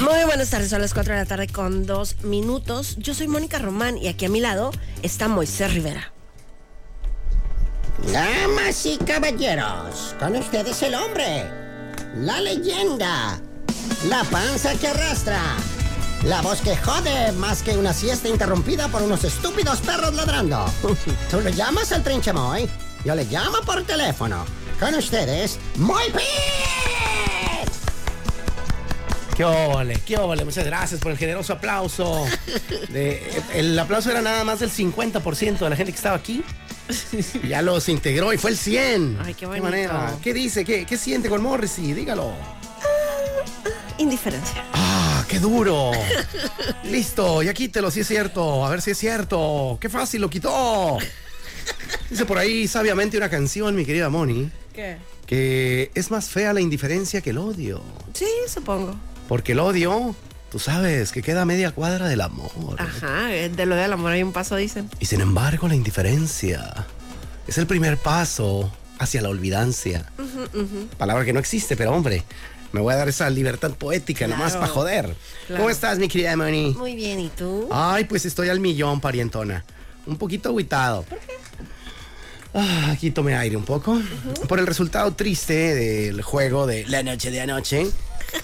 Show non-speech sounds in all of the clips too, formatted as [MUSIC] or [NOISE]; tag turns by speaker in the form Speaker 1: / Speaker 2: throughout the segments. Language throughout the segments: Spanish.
Speaker 1: Muy buenas tardes, son las 4 de la tarde con dos minutos. Yo soy Mónica Román y aquí a mi lado está Moisés Rivera.
Speaker 2: Damas y caballeros, con ustedes el hombre, la leyenda, la panza que arrastra, la voz que jode más que una siesta interrumpida por unos estúpidos perros ladrando. Tú le llamas al trinchamoy, yo le llamo por teléfono. Con ustedes, muy bien.
Speaker 3: ¡Qué ole! ¡Qué ole! Muchas gracias por el
Speaker 1: [LAUGHS]
Speaker 3: generoso aplauso. De- el aplauso era nada más del 50% de la gente que estaba aquí. Ya los integró y fue el 100.
Speaker 1: Ay, qué bonito.
Speaker 3: manera. ¿Qué dice? ¿Qué, qué siente con Morrissey? Dígalo.
Speaker 1: Indiferencia.
Speaker 3: ¡Ah, qué
Speaker 1: [LAUGHS]
Speaker 3: duro! Listo, ya quítelo, si es cierto. A ver si es cierto. ¡Qué fácil, lo quitó! Dice por ahí sabiamente una canción, mi querida Moni,
Speaker 1: ¿Qué?
Speaker 3: que es más fea la indiferencia que el odio.
Speaker 1: Sí, supongo.
Speaker 3: Porque el odio, tú sabes, que queda a media cuadra del amor.
Speaker 1: Ajá, eh, de lo del amor hay un paso, dicen.
Speaker 3: Y sin embargo, la indiferencia es el primer paso hacia la olvidancia. Palabra que no existe, pero hombre, me voy a dar esa libertad poética nomás
Speaker 1: Claro.
Speaker 3: para joder.
Speaker 1: Claro.
Speaker 3: ¿Cómo estás, mi querida Moni?
Speaker 1: Muy bien, ¿y tú?
Speaker 3: Ay, pues estoy al millón, parientona. Un poquito agüitado. Ah, aquí tomé aire un poco. Por el resultado triste del juego de la noche de anoche,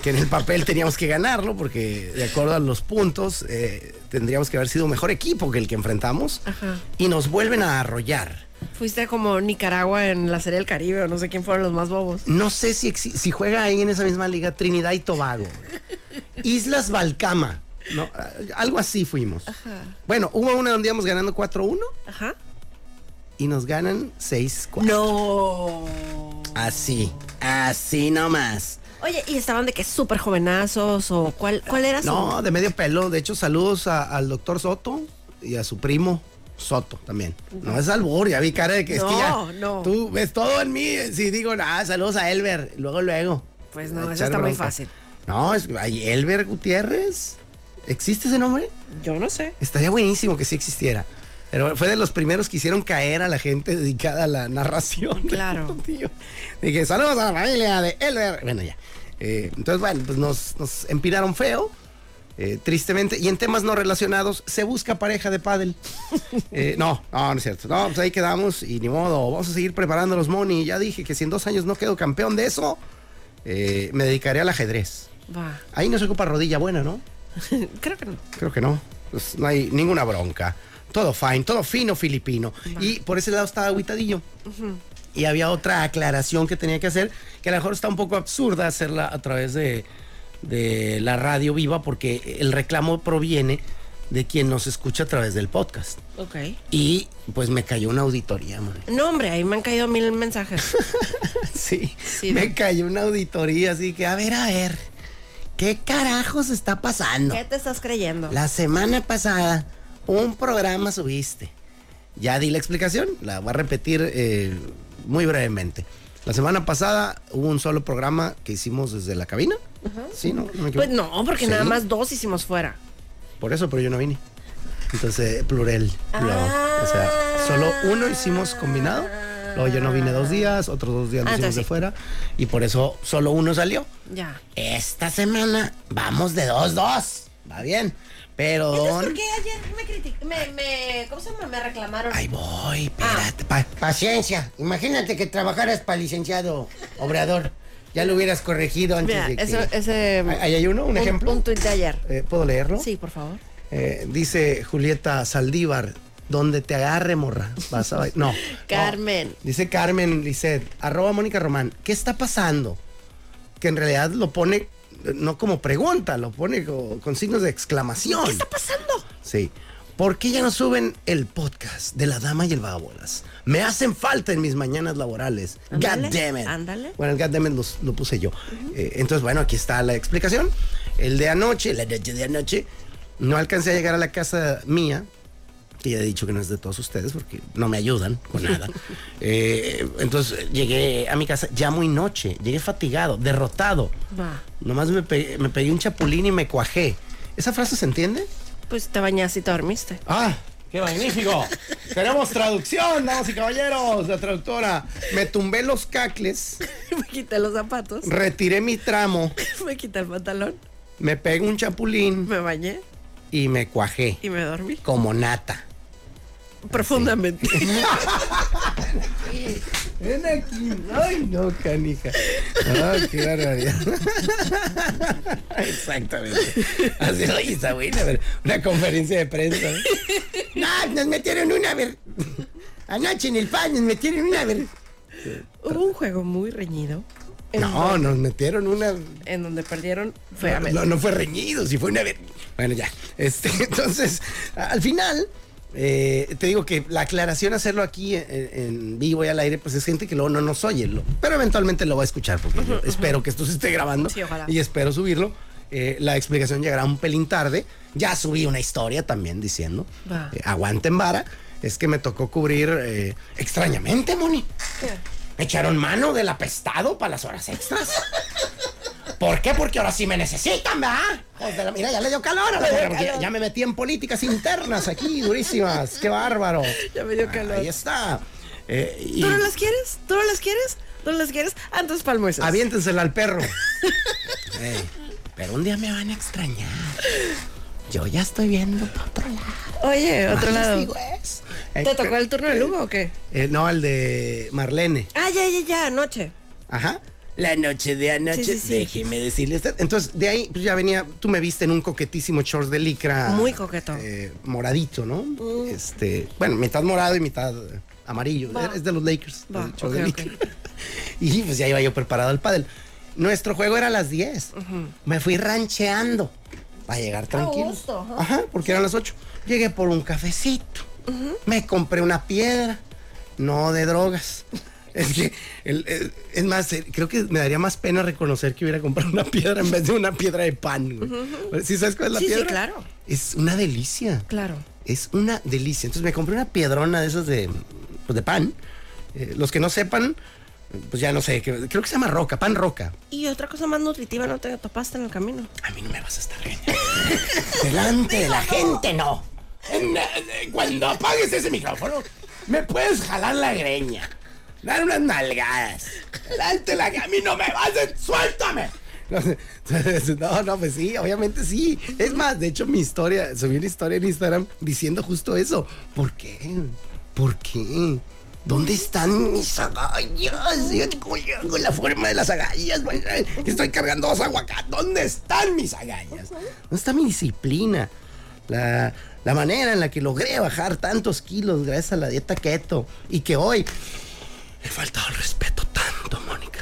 Speaker 3: que en el papel teníamos que ganarlo, porque de acuerdo a los puntos, eh, tendríamos que haber sido mejor equipo que el que enfrentamos.
Speaker 1: Ajá.
Speaker 3: Y nos vuelven a arrollar.
Speaker 1: Fuiste como Nicaragua en la serie del Caribe o no sé quién fueron los más bobos.
Speaker 3: No sé si, exi- si juega ahí en esa misma liga Trinidad y Tobago. Islas Balcama. No, Ah, algo así fuimos. Bueno, hubo una donde íbamos ganando 4-1
Speaker 1: Ajá.
Speaker 3: y nos ganan 6-4.
Speaker 1: No.
Speaker 3: Así, así nomás.
Speaker 1: Oye, ¿y estaban de que súper jovenazos o cuál, cuál era su...?
Speaker 3: No, de medio pelo. De hecho, saludos a- al doctor Soto y a su primo Soto también. No es albur, ya vi cara de que es que
Speaker 1: No,
Speaker 3: ya.
Speaker 1: no.
Speaker 3: Tú ves todo en mí. Si digo, ah, saludos a Elber, luego, luego.
Speaker 1: Pues no,
Speaker 3: A
Speaker 1: eso
Speaker 3: echar
Speaker 1: está muy fácil.
Speaker 3: No, es, ay, Elber Gutiérrez. ¿Existe ese nombre?
Speaker 1: Yo no sé.
Speaker 3: Estaría buenísimo que sí existiera. Pero fue de los primeros que hicieron caer a la gente dedicada a la narración. del
Speaker 1: Claro.
Speaker 3: [LAUGHS] tío. Dije, saludos a la familia de Elber. Bueno, ya. Eh, entonces, bueno, pues nos, nos empinaron feo. eh, tristemente, y en temas no relacionados, se busca pareja de pádel. Eh, no, no, no es cierto. No, pues ahí quedamos y ni modo. Vamos a seguir preparando los money. Ya dije que si en dos años no quedo campeón de eso, eh, me dedicaré al ajedrez.
Speaker 1: Va.
Speaker 3: Ahí no se ocupa rodilla buena, ¿no?
Speaker 1: [LAUGHS] Creo que no.
Speaker 3: Creo que no. Pues no hay ninguna bronca. Todo fine, todo fino filipino. Y por ese lado estaba aguitadillo. Y había otra aclaración que tenía que hacer, que a lo mejor está un poco absurda hacerla a través de, de la radio viva, porque el reclamo proviene de quien nos escucha a través del podcast.
Speaker 1: Ok.
Speaker 3: Y pues me cayó una auditoría, man.
Speaker 1: No, hombre, ahí me han caído mil
Speaker 3: [LAUGHS]
Speaker 1: mensajes.
Speaker 3: Sí,
Speaker 1: Sí,
Speaker 3: me
Speaker 1: ¿no?
Speaker 3: cayó una auditoría, así que a ver, a ver, ¿qué carajos está pasando?
Speaker 1: ¿Qué te estás creyendo?
Speaker 3: La semana pasada, un programa subiste. Ya di la explicación, la voy a repetir eh, muy brevemente. La semana pasada hubo un solo programa que hicimos desde la cabina. Sí, ¿no? no me equivoco.
Speaker 1: Pues no, porque
Speaker 3: Sí,
Speaker 1: nada más dos hicimos fuera.
Speaker 3: Por eso, pero yo no vine. Entonces, plural. plural. O sea, solo uno hicimos combinado. Luego yo no vine dos días, otros dos días
Speaker 1: Ah,
Speaker 3: nos
Speaker 1: entonces
Speaker 3: hicimos de
Speaker 1: sí.
Speaker 3: fuera. Y por eso solo uno salió.
Speaker 1: Ya.
Speaker 3: Esta semana vamos de dos, dos. Va bien. Pero
Speaker 1: Entonces,
Speaker 3: don-
Speaker 1: ¿por qué ayer me criticaron? Me, me, ¿Cómo se llama? Me reclamaron.
Speaker 3: Ahí voy, espérate. Ah, pa-
Speaker 2: Paciencia, imagínate que trabajaras para licenciado.
Speaker 3: obrador, ya lo hubieras corregido antes
Speaker 1: Mira,
Speaker 3: de que...
Speaker 1: eso- ese.
Speaker 3: Ahí hay uno, un, ejemplo.
Speaker 1: Un tuit de ayer.
Speaker 3: Eh, ¿Puedo leerlo?
Speaker 1: Sí, por favor.
Speaker 3: Eh, dice Julieta Saldívar, donde te agarre, morra. Vas a ba-
Speaker 1: [LAUGHS]
Speaker 3: No. no.
Speaker 1: Carmen.
Speaker 3: Dice Carmen Lisset, arroba Mónica Román. ¿Qué está pasando? Que en realidad lo pone, eh, no como pregunta, lo pone co- con signos de exclamación.
Speaker 1: ¿Qué está pasando?
Speaker 3: Sí. ¿Por qué ya no suben el podcast de La Dama y el Vagabolas? Me hacen falta en mis mañanas laborales.
Speaker 1: Ándale,
Speaker 3: God damn it.
Speaker 1: ándale.
Speaker 3: Bueno, el God damn it los- lo, puse yo. Eh, entonces, bueno, aquí está la explicación. El de anoche, la noche de anoche, no alcancé a llegar a la casa mía, que ya he dicho que no es de todos ustedes porque no me ayudan
Speaker 1: [LAUGHS]
Speaker 3: con nada. Eh, entonces llegué a mi casa ya muy noche, llegué fatigado, derrotado.
Speaker 1: Va.
Speaker 3: Nomás me, pe- me pegué un chapulín y me cuajé. ¿Esa frase se entiende?
Speaker 1: Pues te bañaste y te dormiste. [LAUGHS]
Speaker 3: ¡Ah! ¡Qué magnífico! Tenemos traducción, damas y caballeros, la traductora. Me tumbé los cacles,
Speaker 1: me quité los
Speaker 3: [LAUGHS]
Speaker 1: zapatos.
Speaker 3: retiré mi tramo,
Speaker 1: me quité el pantalón.
Speaker 3: me pegué un chapulín
Speaker 1: Me bañé
Speaker 3: y me cuajé.
Speaker 1: y me dormí.
Speaker 3: Como nata.
Speaker 1: Profundamente.
Speaker 3: [LAUGHS] Ven aquí. Ay, no, canija. Ay, qué barbaridad. Exactamente. Así lo está buena, pero una conferencia de prensa. ¿eh? No, nos metieron una ver. Anoche en el pan nos metieron una ver.
Speaker 1: Hubo un juego muy reñido. En,
Speaker 3: No, nos metieron una.
Speaker 1: en donde perdieron feamente.
Speaker 3: No, no fue reñido, si fue una ver. Bueno, ya. Este, [LAUGHS] entonces, al final. eh, te digo que la aclaración hacerlo aquí en, en vivo y al aire, pues es gente que luego no nos oye, lo- pero eventualmente lo va a escuchar porque yo espero que esto se esté grabando
Speaker 1: Sí, ojalá.
Speaker 3: y espero subirlo. Eh, la explicación llegará un pelín tarde. Ya subí una historia también diciendo,
Speaker 1: Va.
Speaker 3: eh, aguanten vara, es que me tocó cubrir eh, extrañamente, Moni. Me echaron mano del apestado para las horas extras. ¿Por qué? Porque ahora sí me necesitan, ¿verdad? Hijos de la- mira, ya le dio calor. a la mujer, porque ya, ya me metí en políticas internas aquí, durísimas. ¡Qué bárbaro!
Speaker 1: Ya me dio calor.
Speaker 3: Ah, Ahí está. Eh, y
Speaker 1: ¿Tú no las quieres? ¿Tú no las quieres? ¿Tú no las quieres? Ah, Antes palmueses.
Speaker 3: Ah, aviéntensela al perro. Eh, pero un día me van a extrañar. Yo ya estoy viendo para otro lado.
Speaker 1: Oye, otro
Speaker 3: Les
Speaker 1: lado.
Speaker 3: digo eso. Eh,
Speaker 1: ¿Te tocó el turno de Lugo o qué?
Speaker 3: eh, no, el de Marlene.
Speaker 1: Ah, ya, ya, ya, anoche.
Speaker 3: Ajá. La noche de anoche,
Speaker 1: Sí, sí, sí.
Speaker 3: déjeme decirle usted. Entonces, de ahí pues, ya venía, tú me viste en un coquetísimo short de licra.
Speaker 1: Muy coqueto. Mm.
Speaker 3: eh, moradito, ¿no? Este, bueno, mitad morado y mitad eh, amarillo.
Speaker 1: Va.
Speaker 3: Es de los Lakers.
Speaker 1: Va,
Speaker 3: el short
Speaker 1: ok,
Speaker 3: de
Speaker 1: ok.
Speaker 3: licra. [LAUGHS] y pues ya iba yo preparado al pádel. Nuestro juego era a las 10. Me fui rancheando para llegar tranquilo.
Speaker 1: gusto, ajá.
Speaker 3: Ajá, porque eran las 8. Llegué por un cafecito. Me compré una piedra. No de drogas. Es que, el- el- es más, eh, creo que me daría más pena reconocer que hubiera comprado una piedra en vez de una piedra de pan. güey. ¿Sí sabes cuál es la
Speaker 1: Sí, sí,
Speaker 3: piedra?
Speaker 1: claro.
Speaker 3: Es una delicia.
Speaker 1: Claro.
Speaker 3: Es una delicia. Entonces me compré una piedrona de esas de, pues, de pan. Eh, los que no sepan, pues ya no sé, que- creo que se llama roca, pan roca.
Speaker 1: Y otra cosa más nutritiva, no te topaste en el camino.
Speaker 3: A mí no me vas a estar regañando. [LAUGHS] Delante de la gente, no. En- en- Cuando apagues ese micrófono, me puedes jalar la greña. Dar unas nalgadas. Delante de la A mí no me vas a... ¡Suéltame! [LAUGHS] No, no, pues sí, obviamente sí. Es más, de hecho, mi historia, subí una historia en Instagram diciendo justo eso. ¿Por qué? ¿Por qué? ¿Dónde están mis agallas? Fíjate ¿Cómo llego en la forma de las agallas? Estoy cargando dos aguacates. ¿Dónde están mis agallas? ¿Dónde está mi disciplina? La, la manera en la que logré bajar tantos kilos gracias a la dieta keto. Y que hoy he faltado al respeto tanto, Mónica.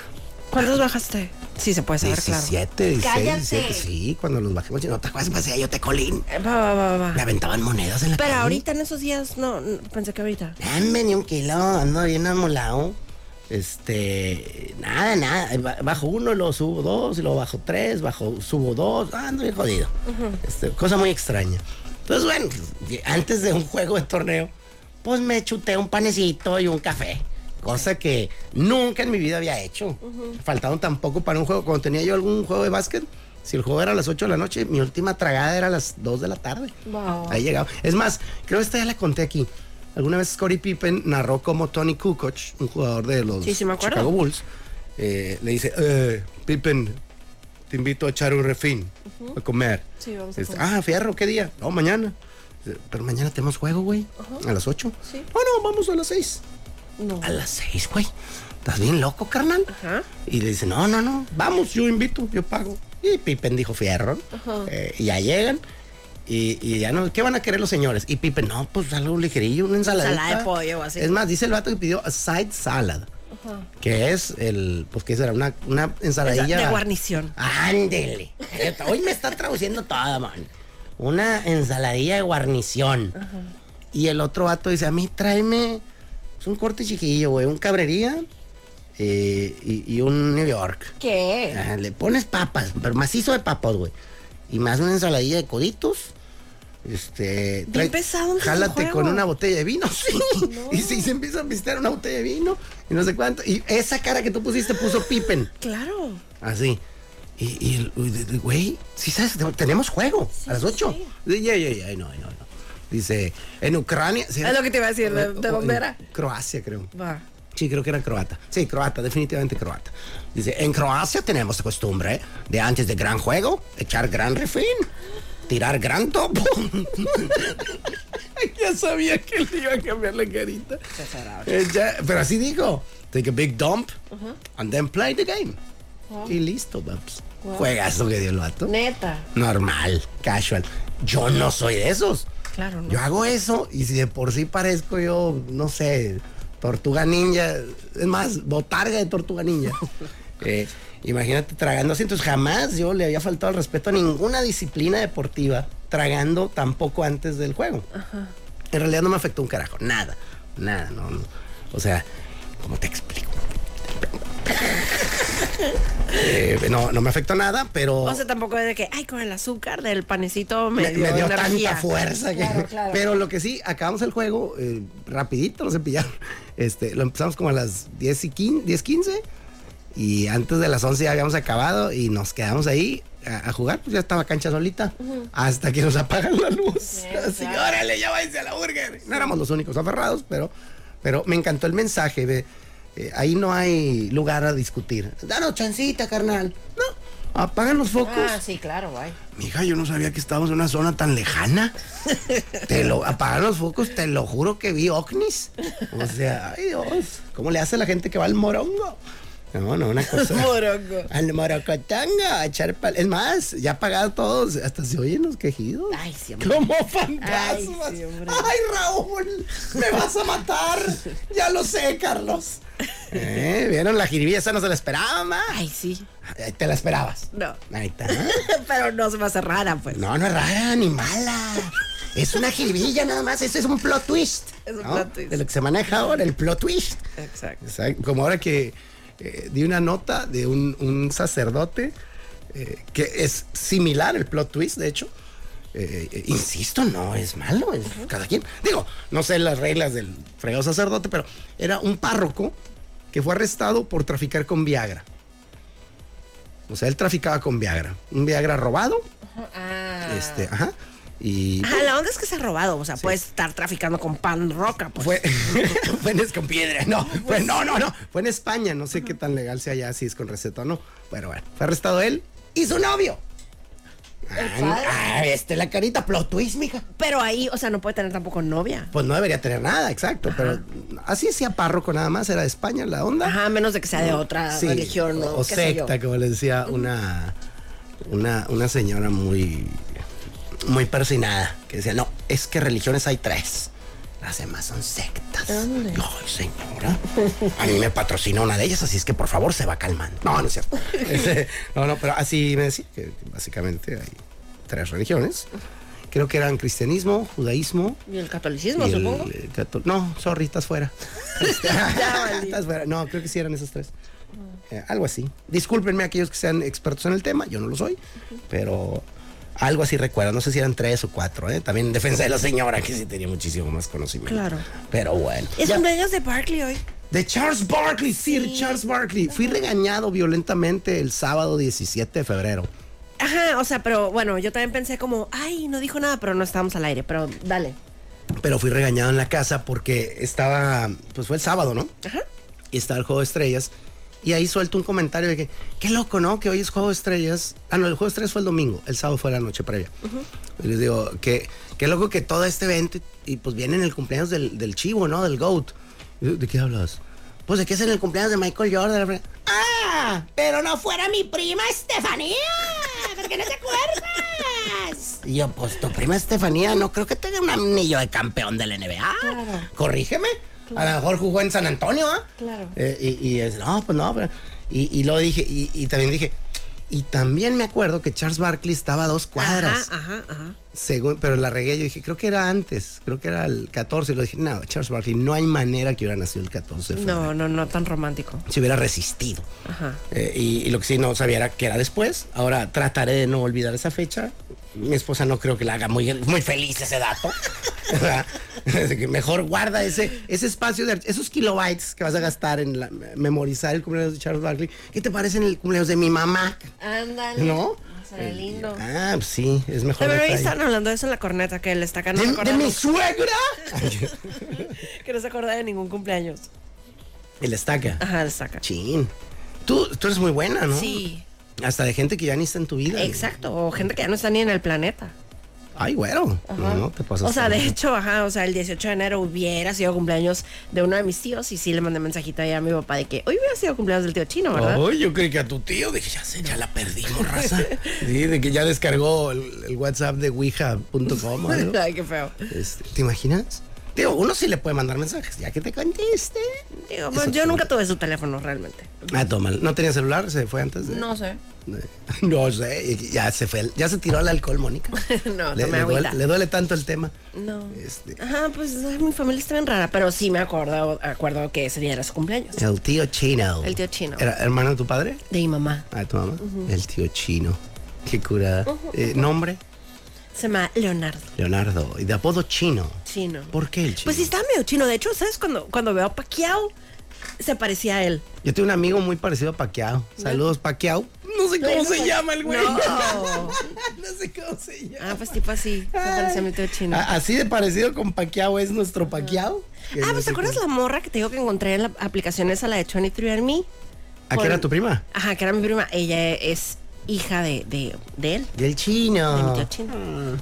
Speaker 1: ¿Cuántos bajaste? Sí, se puede saber, claro.
Speaker 3: 17, 16, 17. Sí, cuando los bajé. No te acuerdas, pasé yo tecolín.
Speaker 1: Eh, Va, va, va, va.
Speaker 3: Me aventaban monedas en la
Speaker 1: Pero
Speaker 3: calle.
Speaker 1: ahorita en esos días, no, no, pensé que ahorita.
Speaker 3: Dame ni un kilo, ando bien amolado. Este, nada, nada. ba- Bajo uno, lo subo dos, y luego bajo tres, bajo, subo dos. Ah, ando bien jodido. Este, cosa muy extraña. Entonces, bueno, pues, antes de un juego de torneo, pues me chuté un panecito y un café. Cosa que nunca en mi vida había hecho. Faltaron tampoco para un juego. Cuando tenía yo algún juego de básquet, si el juego era a las 8 de la noche, mi última tragada era a las 2 de la tarde.
Speaker 1: Wow.
Speaker 3: Ahí llegaba. Es más, creo que esta ya la conté aquí. Alguna vez Scottie Pippen narró como Tony Kukoc, un jugador de los
Speaker 1: Sí, sí me acuerdo.
Speaker 3: Chicago Bulls, eh, le dice, eh, Pippen, te invito a echar un refín, a comer.
Speaker 1: Sí, vamos a
Speaker 3: Dice,
Speaker 1: comer.
Speaker 3: ah, fierro, ¿qué día? No, mañana. Dice, Pero mañana tenemos juego, güey. A las 8.
Speaker 1: Sí.
Speaker 3: No, no, vamos a las 6.
Speaker 1: No.
Speaker 3: A las 6, güey. ¿Estás bien loco, carnal?
Speaker 1: Ajá.
Speaker 3: Y le dice, no, no, no, vamos, yo invito, yo pago. Y Pippen dijo, fierro. Eh, y ya llegan. Y, y ya no, ¿qué van a querer los señores? Y Pippen, no, pues algo ligerillo, una ensalada.
Speaker 1: Ensalada de pollo o así.
Speaker 3: Es más, dice el vato que pidió a side salad. Que es el, pues que será una, una ensaladilla.
Speaker 1: De guarnición.
Speaker 3: Ándele. Hoy me está traduciendo todo, man. Una ensaladilla de guarnición. Y el otro vato dice, a mí tráeme pues, un corte chiquillo, güey, un cabrería eh, y, y un New York.
Speaker 1: ¿Qué?
Speaker 3: Ah. Ajá, le pones papas, pero macizo de papas, güey.
Speaker 2: Y más una ensaladilla de coditos. Este. trae-
Speaker 1: pesado antes del
Speaker 3: Jálate
Speaker 1: juego.
Speaker 3: con una botella de vino, [LAUGHS] sí. Y se, y se empieza a visitar una botella de vino y no sé cuánto. Y esa cara que tú pusiste puso Pippen.
Speaker 1: Claro.
Speaker 3: Así. Y, y el- uy, de- de- güey, sí sabes, te- tenemos juego a las 8. Ya, ya, ya, ay, no, ay, no, ay, no. Dice, en Ucrania. ¿será?
Speaker 1: Es lo que te iba a decir, ¿de- de
Speaker 3: O-
Speaker 1: dónde
Speaker 3: en
Speaker 1: era?
Speaker 3: Croacia, creo.
Speaker 1: Va.
Speaker 3: Sí, creo que era croata. Sí, croata, definitivamente croata. Dice, en Croacia tenemos la costumbre de antes de gran juego, echar gran refín, tirar gran topo. [LAUGHS] ya sabía que le iba a cambiar la carita. Eh, ya, pero así dijo, take a big dump and then play the game. Y listo, paps. Juegas lo que dio el vato.
Speaker 1: Neta.
Speaker 3: Normal, casual. Yo no soy de esos.
Speaker 1: Claro, no.
Speaker 3: Yo hago eso y si de por sí parezco yo, no sé, tortuga ninja, es más, botarga de
Speaker 1: [LAUGHS]
Speaker 3: tortuga ninja. Eh, imagínate tragando así, entonces jamás yo le había faltado el respeto a ninguna disciplina deportiva tragando tampoco antes del juego. En realidad no me afectó un carajo, nada, nada, no, no. O sea, ¿cómo te explico? [LAUGHS] Eh, no, no me afectó nada, pero...
Speaker 1: O sea, tampoco es de que, ay, con el azúcar del panecito me,
Speaker 3: Me, me dio
Speaker 1: energía.
Speaker 3: tanta fuerza que-
Speaker 1: Claro, claro.
Speaker 3: Pero lo que sí, acabamos el juego eh, rapidito, nos pillaron. Este, lo empezamos como a las 10 y 15, 10, 15 y antes de las 11 ya habíamos acabado y nos quedamos ahí a, a jugar, pues ya estaba cancha solita hasta que nos apagan la luz. [LAUGHS] Así, órale, ya váyanse a la burger. No éramos los únicos aferrados, pero, pero me encantó el mensaje de eh, ahí no hay lugar a discutir. Danos chancita, carnal. No, apagan los focos.
Speaker 1: Ah, sí, claro, guay.
Speaker 3: Mija, yo no sabía que estábamos en una zona tan lejana. Te lo apagaron los focos, te lo juro que vi ovnis. O sea, ay Dios, ¿cómo le hace la gente que va al morongo? No, no, una
Speaker 1: [LAUGHS]
Speaker 3: cosa.
Speaker 1: Morongo.
Speaker 3: Al morocotanga, a echar pal- Es más, ya apagado todos, hasta se oyen los quejidos.
Speaker 1: Ay, sí, hombre.
Speaker 3: Como fantasmas.
Speaker 1: Ay, sí, hombre.
Speaker 3: Ay, Raúl, me vas a matar. Ya lo sé,
Speaker 1: [LAUGHS]
Speaker 3: Carlos. Eh, ¿Vieron la jiribilla? Esa no se la esperaba, ma.
Speaker 1: Ay, sí.
Speaker 3: Ay, Te la esperabas.
Speaker 1: No. [LAUGHS]
Speaker 3: Ahí está.
Speaker 1: Pero no se va a hacer rara, pues.
Speaker 3: No, no es rara ni mala. Es una jiribilla nada más. Eso es un plot twist.
Speaker 1: Es un
Speaker 3: ¿no?
Speaker 1: plot twist.
Speaker 3: De lo que se maneja ahora, el plot twist.
Speaker 1: Exacto.
Speaker 3: Exacto. Como ahora que eh, di una nota de un, un sacerdote eh, que es similar el plot twist, de hecho. Eh, eh, insisto, no es malo, es cada quien. Digo, no sé las reglas del fregado sacerdote, pero era un párroco que fue arrestado por traficar con Viagra. O sea, él traficaba con Viagra. Un Viagra robado. Este, ajá. Y
Speaker 1: Ah. Ajá, la onda es que se ha robado. O sea, puedes estar traficando con pan roca, pues.
Speaker 3: fue, [LAUGHS] fue en, es- con piedra, no, fue, no, no, no, fue en España, no sé qué tan legal sea allá, si es con receta o no, pero bueno, fue arrestado él y su novio. Ah, este la carita plot twist, mija.
Speaker 1: Pero ahí, o sea, no puede tener tampoco novia.
Speaker 3: Pues no debería tener nada, exacto, pero así hacía párroco nada más, era de España la onda.
Speaker 1: Ajá, a menos de que sea de otra
Speaker 3: Sí,
Speaker 1: religión o,
Speaker 3: o
Speaker 1: qué sé yo.
Speaker 3: secta, como le decía una, una, una señora muy, muy persinada, que decía, no, es que religiones hay tres. Las demás son sectas. Ay, señora. A mí me patrocina una de ellas, así es que por favor se va calmando. No, no
Speaker 1: [LAUGHS]
Speaker 3: es cierto. Este, no, no, pero así me decía que básicamente hay tres religiones. Creo que eran cristianismo, judaísmo,
Speaker 1: Y el catolicismo,
Speaker 3: y el,
Speaker 1: supongo.
Speaker 3: eh, cató- no, sorry, estás
Speaker 1: [LAUGHS]
Speaker 3: fuera. Este, estás fuera. No, creo que sí eran esas tres. Eh, algo así. Discúlpenme a aquellos que sean expertos en el tema, yo no lo soy, pero algo así recuerdo. No sé si eran tres o cuatro, ¿eh? También en defensa de la señora, que sí tenía muchísimo más conocimiento.
Speaker 1: Claro.
Speaker 3: Pero bueno.
Speaker 1: Es
Speaker 3: Ya-
Speaker 1: cumpleaños de Barkley hoy.
Speaker 3: de Charles Barkley, Sir Charles Barkley. Fui regañado violentamente el sábado 17 de febrero.
Speaker 1: Ajá, o sea, pero bueno, yo también pensé como, ay, no dijo nada, pero no estábamos al aire, pero dale.
Speaker 3: Pero fui regañado en la casa porque estaba, pues fue el sábado, ¿no?
Speaker 1: Ajá.
Speaker 3: y está el juego de estrellas. Y ahí suelto un comentario de que, qué loco, ¿no? Que hoy es juego de estrellas. Ah, no, el juego de estrellas fue el domingo, el sábado fue la noche previa. Y les digo, qué, qué loco que todo este evento, y pues viene en el cumpleaños del, del chivo, ¿no? Del GOAT. Y yo, ¿De qué hablas? Pues de que es en el cumpleaños de Michael Jordan. ¡Ah! Pero no fuera mi prima Estefanía. Porque no te acuerdas. Y yo, pues tu prima Estefanía no creo que tenga un anillo de campeón del NBA. Corrígeme. A lo mejor jugó en San Antonio, ¿ah?
Speaker 1: Claro.
Speaker 3: Eh, y, y es, no, pues no, pero- y, y luego dije, y, y también dije, Y también me acuerdo que Charles Barkley estaba a dos cuadras.
Speaker 1: Ajá, ajá, ajá.
Speaker 3: Según, pero la regué, yo dije, creo que era antes, creo que era el 14. Y lo dije, no, Charles Barkley, no hay manera que hubiera nacido el 14 de febrero.
Speaker 1: No, no, no tan romántico.
Speaker 3: Se hubiera resistido.
Speaker 1: Ajá.
Speaker 3: Eh, y, y lo que sí no sabía era que era después. Ahora trataré de no olvidar esa fecha. Mi esposa no creo que la haga muy, muy feliz ese dato. [LAUGHS] ¿verdad? Así que Mejor guarda ese, ese espacio, de, esos kilobytes que vas a gastar en la- memorizar el cumpleaños de Charles Barkley. ¿Qué te parece en el cumpleaños de mi mamá?
Speaker 1: Ándale.
Speaker 3: ¿No?
Speaker 1: Se ve lindo.
Speaker 3: Ah, pues sí, es mejor.
Speaker 1: Pero ahí
Speaker 3: detalle.
Speaker 1: están hablando de eso en la corneta, que les está acá, no se
Speaker 3: ¿De,
Speaker 1: acuerda
Speaker 3: de mi
Speaker 1: nunca-
Speaker 3: suegra?
Speaker 1: que no se acuerda de ningún cumpleaños. [LAUGHS]
Speaker 3: El estaca.
Speaker 1: Ajá, el saca.
Speaker 3: Chin. Tú, tú eres muy buena, ¿no?
Speaker 1: Sí.
Speaker 3: Hasta de gente que ya ni está en tu vida.
Speaker 1: Exacto, o gente que ya no está ni en el planeta.
Speaker 3: Ay, güero. No, no, te pasas.
Speaker 1: O sea, de
Speaker 3: también.
Speaker 1: hecho, ajá, o sea, el 18 de enero hubiera sido cumpleaños de uno de mis tíos y sí le mandé mensajito ahí a mi papá de que hoy hubiera sido cumpleaños del tío chino, ¿verdad?
Speaker 3: Ay, yo creí que a tu tío, dije, ya sé, ya la perdimos, raza. Sí, de que ya descargó el, el WhatsApp de Ouija.com. o algo.
Speaker 1: [LAUGHS] [LAUGHS] Ay, qué feo.
Speaker 3: Este, ¿Te imaginas? Digo, uno sí le puede mandar mensajes, ya que te conteste.
Speaker 1: Digo, pues, yo nunca tuve su teléfono realmente.
Speaker 3: Ah, toma, ¿no tenía celular? ¿Se fue antes de...?
Speaker 1: sé.
Speaker 3: de- [LAUGHS] No sé, y ya se fue, el- ya se tiró al alcohol, Mónica.
Speaker 1: [LAUGHS] [LAUGHS] No,
Speaker 3: le,
Speaker 1: tomé
Speaker 3: le
Speaker 1: agüita.
Speaker 3: duele, le duele tanto el tema.
Speaker 1: No.
Speaker 3: Este,
Speaker 1: Ajá, pues ay, mi familia está bien rara, pero sí me acuerdo, acuerdo que ese día era su cumpleaños.
Speaker 3: el tío chino.
Speaker 1: El tío chino.
Speaker 3: ¿Era hermano de tu padre?
Speaker 1: De mi mamá.
Speaker 3: Ah, de tu mamá. El tío chino. Qué curada. Eh, ¿Nombre?
Speaker 1: Se llama Leonardo.
Speaker 3: Leonardo. Y de apodo chino.
Speaker 1: Chino.
Speaker 3: ¿Por qué el chino?
Speaker 1: Pues sí, estaba medio chino. De hecho, ¿sabes? Cuando, cuando veo a Pacquiao, se parecía a él.
Speaker 3: Yo tengo un amigo muy parecido a Paquiao. Saludos, Paquiao. No sé cómo
Speaker 1: Bueno,
Speaker 3: se
Speaker 1: pues,
Speaker 3: llama el güey.
Speaker 1: no.
Speaker 3: [LAUGHS] No sé cómo se llama.
Speaker 1: Ah, pues tipo así. Se parecía a mi tío chino.
Speaker 3: A- Así de parecido con Paquiao es nuestro Paquiao.
Speaker 1: Ah, pues ¿te acuerdas la morra que te digo que encontré en la aplicación esa, la de 23andMe?
Speaker 3: ¿A qué
Speaker 1: Con-
Speaker 3: era tu prima?
Speaker 1: Ajá, que era mi prima. Ella es hija de, de, de él.
Speaker 3: Del chino.
Speaker 1: de mi tío chino.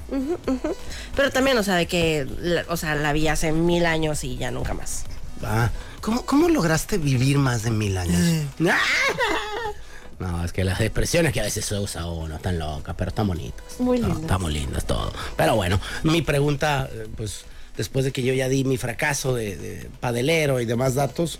Speaker 1: Ujú, ujú. Pero también, o sea, de que, la- o sea, la vi hace mil años y ya nunca más.
Speaker 3: Ah, ¿cómo, cómo lograste vivir más de mil años?
Speaker 1: Eh.
Speaker 3: [LAUGHS] No, es que las expresiones que a veces se usa uno están locas, pero están bonitas.
Speaker 1: Muy
Speaker 3: No,
Speaker 1: lindas.
Speaker 3: Están muy lindas todo. Pero bueno, mi pregunta, eh, pues después de que yo ya di mi fracaso de, de padelero y demás datos,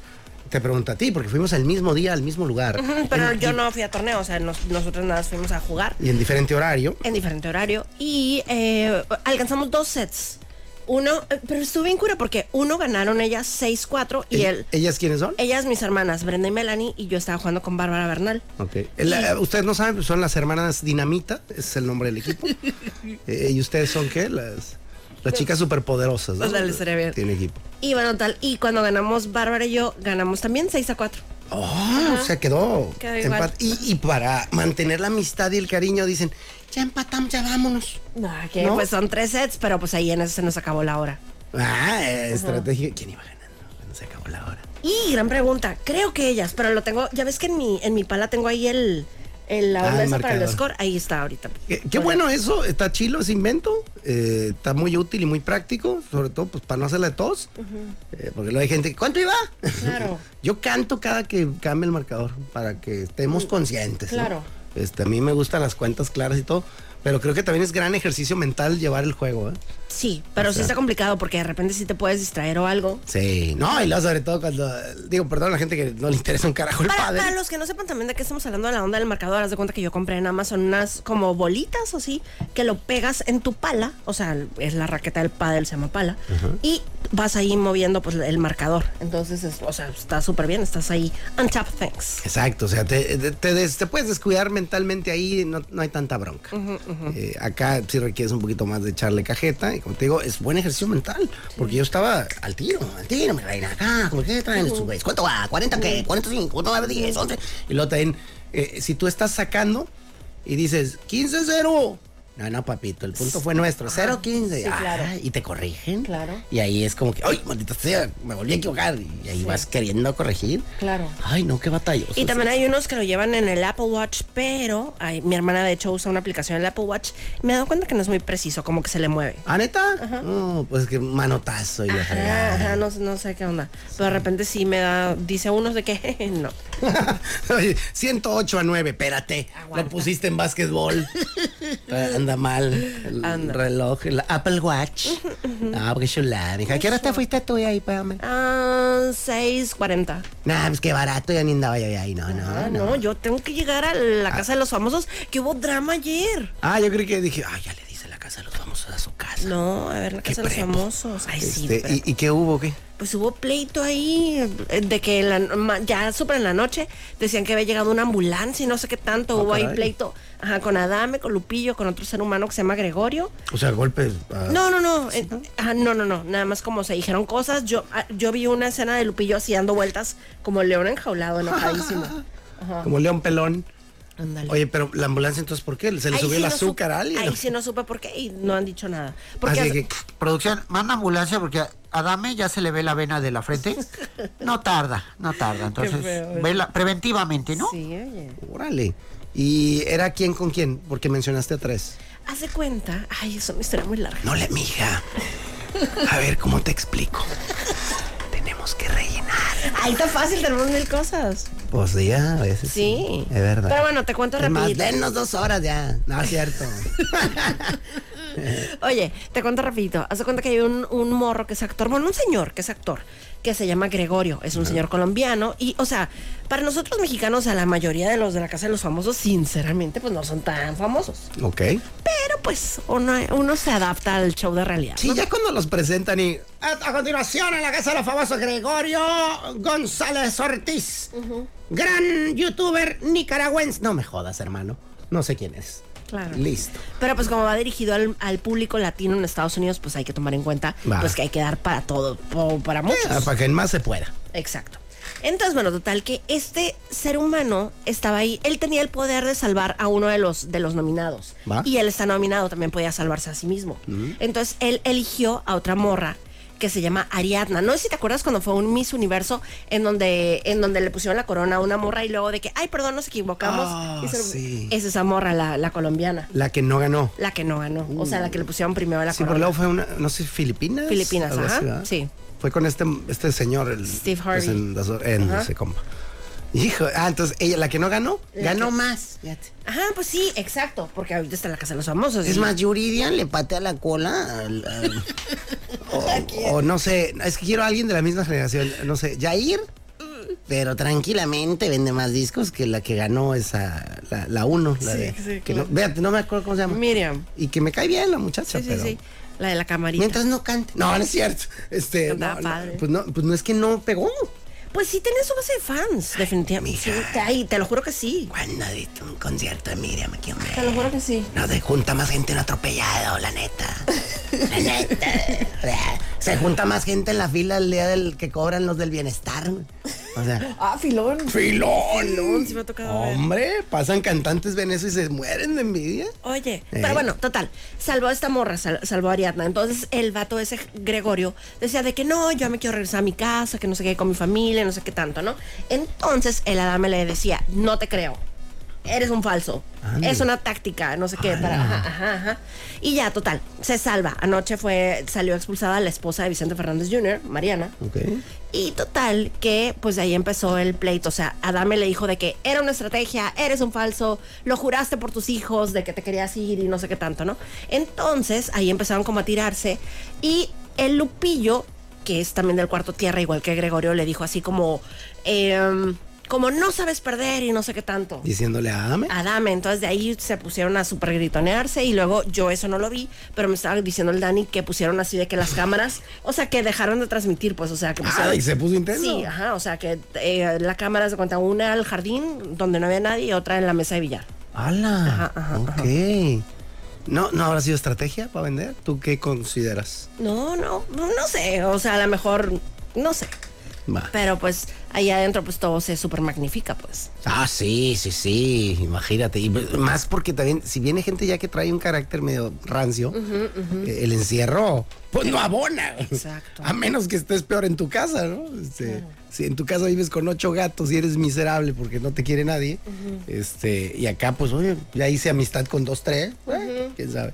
Speaker 3: te pregunto a ti, porque fuimos al mismo día, al mismo lugar.
Speaker 1: Ujú, Pero yo no fui a torneo, o sea, nos- nosotros nada más fuimos a jugar
Speaker 3: Y en diferente horario.
Speaker 1: en diferente horario y eh, alcanzamos dos sets. Uno, eh, pero estuve en cura porque uno ganaron ellas 6-4 y él,
Speaker 3: ¿Ellas quiénes son?
Speaker 1: ellas mis hermanas, Brenda y Melanie, y yo estaba jugando con Bárbara Bernal.
Speaker 3: Ok. El- eh, ustedes no saben, son las hermanas Dinamita, ese es el nombre
Speaker 1: [LAUGHS]
Speaker 3: del equipo. Eh, ¿Y ustedes son qué? Las, las chicas superpoderosas. ¿no?
Speaker 1: Ándale, estaría bien.
Speaker 3: Tiene equipo.
Speaker 1: Y bueno, tal, y cuando ganamos Bárbara y yo, ganamos también 6 a 4.
Speaker 3: Oh, o sea, quedó.
Speaker 1: Quedó igual.
Speaker 3: empat- Y, y para mantener la amistad y el cariño dicen, ya empatamos, ya vámonos.
Speaker 1: que
Speaker 3: ¿No?
Speaker 1: pues son tres sets, pero pues ahí en eso se nos acabó la hora.
Speaker 3: Ah, eh, estrategia. ¿Quién iba ganando? Cuando se acabó la hora.
Speaker 1: Y gran pregunta, creo que ellas, pero lo tengo, ya ves que en mi, en mi pala tengo ahí el, el la
Speaker 3: Ah,
Speaker 1: onda
Speaker 3: el
Speaker 1: esa para el
Speaker 3: marcador.
Speaker 1: score, ahí está ahorita.
Speaker 3: Qué, qué bueno eso, está chilo ese invento, eh, está muy útil y muy práctico, sobre todo pues para no hacerle tos, eh, porque luego hay gente, que, ¿cuánto iba?
Speaker 1: Claro.
Speaker 3: Yo canto cada que cambie el marcador, para que estemos conscientes. ¿no?
Speaker 1: claro.
Speaker 3: Este, a mí me gustan las cuentas claras y todo, pero creo que también es gran ejercicio mental llevar el juego, ¿eh?
Speaker 1: Sí, pero sí está complicado porque de repente sí te puedes distraer o algo.
Speaker 3: Sí, no, y luego sobre todo cuando, digo, perdón a la gente que no le interesa un carajo el
Speaker 1: Para,
Speaker 3: padre.
Speaker 1: para los que no sepan también de qué estamos hablando de la onda del marcador, haz de cuenta que yo compré en Amazon unas como bolitas o así, que lo pegas en tu pala, o sea, es la raqueta del pádel, se llama pala, y vas ahí moviendo pues el marcador. Entonces, es- o sea, está súper bien, estás ahí on top thanks.
Speaker 3: Exacto, o sea, te, te- te des- te puedes descuidar mentalmente ahí, no, no hay tanta bronca. Eh, acá sí requieres un poquito más de echarle cajeta, y como te digo, es buen ejercicio mental, porque yo estaba al tiro, al tiro, mi reina, acá, como que traen estos güeyes? ¿Cuánto va? ¿40 qué? ¿45? ¿Cuánto va? ¿10? ¿11? Y luego también, eh, si tú estás sacando y dices, 15-0. No, no, papito, el punto fue nuestro, 0-15.
Speaker 1: sí, claro.
Speaker 3: Ah, Y te corrigen.
Speaker 1: Claro.
Speaker 3: Y ahí es como que, ay, maldita sea, me volví a equivocar. Y ahí vas queriendo corregir.
Speaker 1: Claro.
Speaker 3: Ay, no, qué batalloso.
Speaker 1: Y también hay unos que lo llevan en el Apple Watch, pero ay, mi hermana de hecho usa una aplicación en el Apple Watch. Me he dado cuenta que no es muy preciso, como que se le mueve.
Speaker 3: ¿Ah, neta? No, pues que manotazo y la
Speaker 1: Ajá,
Speaker 3: fregada.
Speaker 1: ajá, no, no sé qué onda. Pero de repente sí me da, dice unos de que [LAUGHS] jeje, no.
Speaker 3: [LAUGHS] Oye, 108 a 9, espérate. Lo pusiste
Speaker 1: [LAUGHS]
Speaker 3: en básquetbol. Ah, Anda mal. El
Speaker 1: Anda.
Speaker 3: reloj, el Apple Watch. Ah, porque chulada, mija. ¿A ¿Qué hora te fuiste tú ahí, Pame?
Speaker 1: Ah, son 6.40.
Speaker 2: Nah, pues qué barato, yo ni andaba yo ahí, no, no,
Speaker 1: Ah,
Speaker 2: no.
Speaker 1: no, yo tengo que llegar a la casa de los famosos, que hubo drama ayer.
Speaker 3: Ah, yo creí que dije, ah, ya le dice la casa de los famosos a su casa.
Speaker 1: No, a ver, la casa de los
Speaker 3: prepo.
Speaker 1: famosos. Ay, sí.
Speaker 3: Este,
Speaker 1: pero-
Speaker 3: ¿y, y qué hubo, qué?
Speaker 1: Pues hubo pleito ahí eh, de que en la no- ma- ya súper en la noche decían que había llegado una ambulancia y no sé qué tanto. hubo ahí
Speaker 3: Ah, caray.
Speaker 1: pleito ajá, con Adame, con Lupillo, con otro ser humano que se llama Gregorio.
Speaker 3: O sea, golpes. ah,
Speaker 1: No, no, no. eh, ajá, no, no, no. Nada más como se dijeron cosas. Yo, ah, yo vi una escena de Lupillo así dando vueltas como león enjaulado, enojadísimo.
Speaker 3: [LAUGHS] Como león pelón.
Speaker 1: Ándale.
Speaker 3: Oye, pero la ambulancia, entonces, ¿por qué? ¿Se le
Speaker 1: Ahí
Speaker 3: subió
Speaker 1: sí
Speaker 3: el
Speaker 1: no supe-
Speaker 3: azúcar a alguien?
Speaker 1: Ahí sí no supe por qué y no han dicho nada. Porque
Speaker 3: Así
Speaker 1: hace-
Speaker 3: que,
Speaker 4: Producción, manda ambulancia porque a Adame ya se le ve la vena de la frente. No tarda, no tarda. Entonces,
Speaker 1: feo, eh.
Speaker 4: vela preventivamente, ¿no?
Speaker 1: Sí, oye.
Speaker 3: órale. ¿Y era quién con quién? Porque mencionaste a tres.
Speaker 1: Hace cuenta. Ay, es una historia muy larga.
Speaker 3: No le mija. A ver, ¿cómo te explico? Tenemos que rellenar.
Speaker 1: Ahí está fácil, tenemos mil cosas.
Speaker 3: Pues ya, a veces.
Speaker 1: Sí.
Speaker 3: Es verdad.
Speaker 1: Pero bueno, te cuento
Speaker 3: Es más,
Speaker 1: rapidito.
Speaker 3: dennos dos horas ya. No,
Speaker 1: [LAUGHS]
Speaker 3: es cierto.
Speaker 1: Oye, te cuento rapidito. Haz de cuenta que hay un, un morro que es actor, bueno, un señor que es actor, que se llama Gregorio, es un señor colombiano. Y, o sea, para nosotros mexicanos, a la mayoría de los de la Casa de los Famosos, sinceramente, pues no son tan famosos.
Speaker 3: ok.
Speaker 1: Pero pues uno, uno se adapta al show de realidad.
Speaker 3: Sí, ya cuando los presentan y.
Speaker 2: A, a continuación, en la casa de los famosos Gregorio González Ortiz, gran youtuber nicaragüense.
Speaker 3: No me jodas, hermano. No sé quién es.
Speaker 1: Claro.
Speaker 3: Listo.
Speaker 1: Pero pues como va dirigido al, al público latino en Estados Unidos, pues hay que tomar en cuenta
Speaker 3: Va.
Speaker 1: pues que hay que dar para todo, o para muchos.
Speaker 3: Ah, para que más se pueda.
Speaker 1: Exacto. Entonces, bueno, total que este ser humano estaba ahí, él tenía el poder de salvar a uno de los de los nominados.
Speaker 3: Va.
Speaker 1: Y él está nominado, también podía salvarse a sí mismo. Entonces, él eligió a otra morra que se llama Ariadna. No sé si te acuerdas cuando fue un Miss Universo en donde en donde le pusieron la corona a una morra y luego de que, "Ay, perdón, nos equivocamos."
Speaker 3: Ah,
Speaker 1: Y se-
Speaker 3: sí.
Speaker 1: Es esa morra la, la colombiana,
Speaker 3: La que no ganó.
Speaker 1: la que no ganó, o sea, la que le pusieron primero a la
Speaker 3: Sí, pero
Speaker 1: corona.
Speaker 3: luego fue una, no sé, Filipinas.
Speaker 1: Filipinas,
Speaker 3: algo
Speaker 1: ajá,
Speaker 3: ¿verdad?
Speaker 1: sí.
Speaker 3: Fue con este, este señor, el.
Speaker 1: Steve
Speaker 3: pues,
Speaker 1: Harvey.
Speaker 3: en las- en
Speaker 1: Ajá.
Speaker 3: ese compa. Hijo, ah, entonces ella, la que no ganó, ganó
Speaker 1: que-
Speaker 3: más.
Speaker 2: Fíjate.
Speaker 1: Ajá, pues sí, exacto, porque ahorita está en la casa de los famosos.
Speaker 2: Es
Speaker 1: y-
Speaker 2: más, Yuridian le patea la cola al-
Speaker 1: [LAUGHS]
Speaker 2: al-
Speaker 3: O, o no sé, es que quiero a alguien de la misma generación, no sé, Jair,
Speaker 2: pero tranquilamente vende más discos que la que ganó esa, la, la uno. La
Speaker 3: Sí,
Speaker 2: de,
Speaker 3: sí,
Speaker 2: que
Speaker 3: claro.
Speaker 2: no, véate, no me acuerdo cómo se llama.
Speaker 1: Miriam.
Speaker 3: y que me cae bien la muchacha,
Speaker 1: Sí, sí,
Speaker 3: pero.
Speaker 1: sí. La de la camarita.
Speaker 2: Mientras no cante.
Speaker 3: No, no es cierto. Este,
Speaker 1: Cantaba
Speaker 3: no, no,
Speaker 1: padre.
Speaker 3: pues no, pues no es que no pegó.
Speaker 1: Pues sí tenía su base de fans, definitivamente. Sí, te, ay, te lo juro que sí.
Speaker 2: ¿Cuándo diste un concierto de Miriam aquí, hombre?
Speaker 1: Te lo juro que sí.
Speaker 2: No, se junta más gente en atropellado, la
Speaker 1: [LAUGHS]
Speaker 2: neta. La neta. O sea, se junta más gente en la fila el día del que cobran los del bienestar. güey. O sea,
Speaker 1: Ah, filón.
Speaker 3: Filón.
Speaker 1: sí me ha tocado ver.
Speaker 3: Hombre, pasan cantantes ven eso y se mueren de envidia.
Speaker 1: Oye,
Speaker 3: Eh.
Speaker 1: pero bueno, total, salvó a esta morra, sal- salvó a Ariadna. Entonces el vato ese Gregorio decía de que no, yo me quiero regresar a mi casa, que no sé qué con mi familia, no sé qué tanto, ¿no? Entonces el Adame le decía, no te creo. Eres un falso.
Speaker 3: Ándale. Ah.
Speaker 1: Es una táctica, no sé qué, para. Ajá, ajá, ajá. Y ya, total, se salva. Anoche fue, salió expulsada la esposa de Vicente Fernández Jr., Mariana.
Speaker 3: Ok.
Speaker 1: Y total, que pues de ahí empezó el pleito. O sea, Adame le dijo de que era una estrategia, eres un falso, lo juraste por tus hijos, de que te querías ir y no sé qué tanto, ¿no? Entonces, ahí empezaron como a tirarse. Y el Lupillo, que es también del cuarto tierra, igual que Gregorio, le dijo así como, em, como no sabes perder y no sé qué tanto.
Speaker 3: Diciéndole a Ame.
Speaker 1: Adame, entonces de ahí se pusieron a super gritonearse y luego yo eso no lo vi, pero me estaba diciendo el Dani que pusieron así de que las cámaras, o sea, que dejaron de transmitir, pues, o sea, que pusieron-
Speaker 3: Ah, y se puso intenso.
Speaker 1: Sí, ajá, o sea, que eh, la cámara se cuenta una al jardín donde no había nadie y otra en la mesa de billar.
Speaker 3: ¡Hala!
Speaker 1: Ajá, ajá,
Speaker 3: ok. ¿No, ¿No habrá sido estrategia para vender? ¿Tú qué consideras?
Speaker 1: No, no, no, no sé, o sea, a lo mejor, no sé,
Speaker 3: Va.
Speaker 1: pero pues ahí adentro pues todo se super magnifica, pues.
Speaker 3: Ah, sí, sí, sí. Imagínate. Y más porque también, si viene gente ya que trae un carácter medio rancio, eh, el encierro, pues no abona.
Speaker 1: Exacto.
Speaker 3: A menos que estés peor en tu casa, ¿no? Este, Si en tu casa vives con ocho gatos y eres miserable porque no te quiere nadie, este, y acá, pues, oye, ya hice amistad con dos, tres, eh, quién sabe.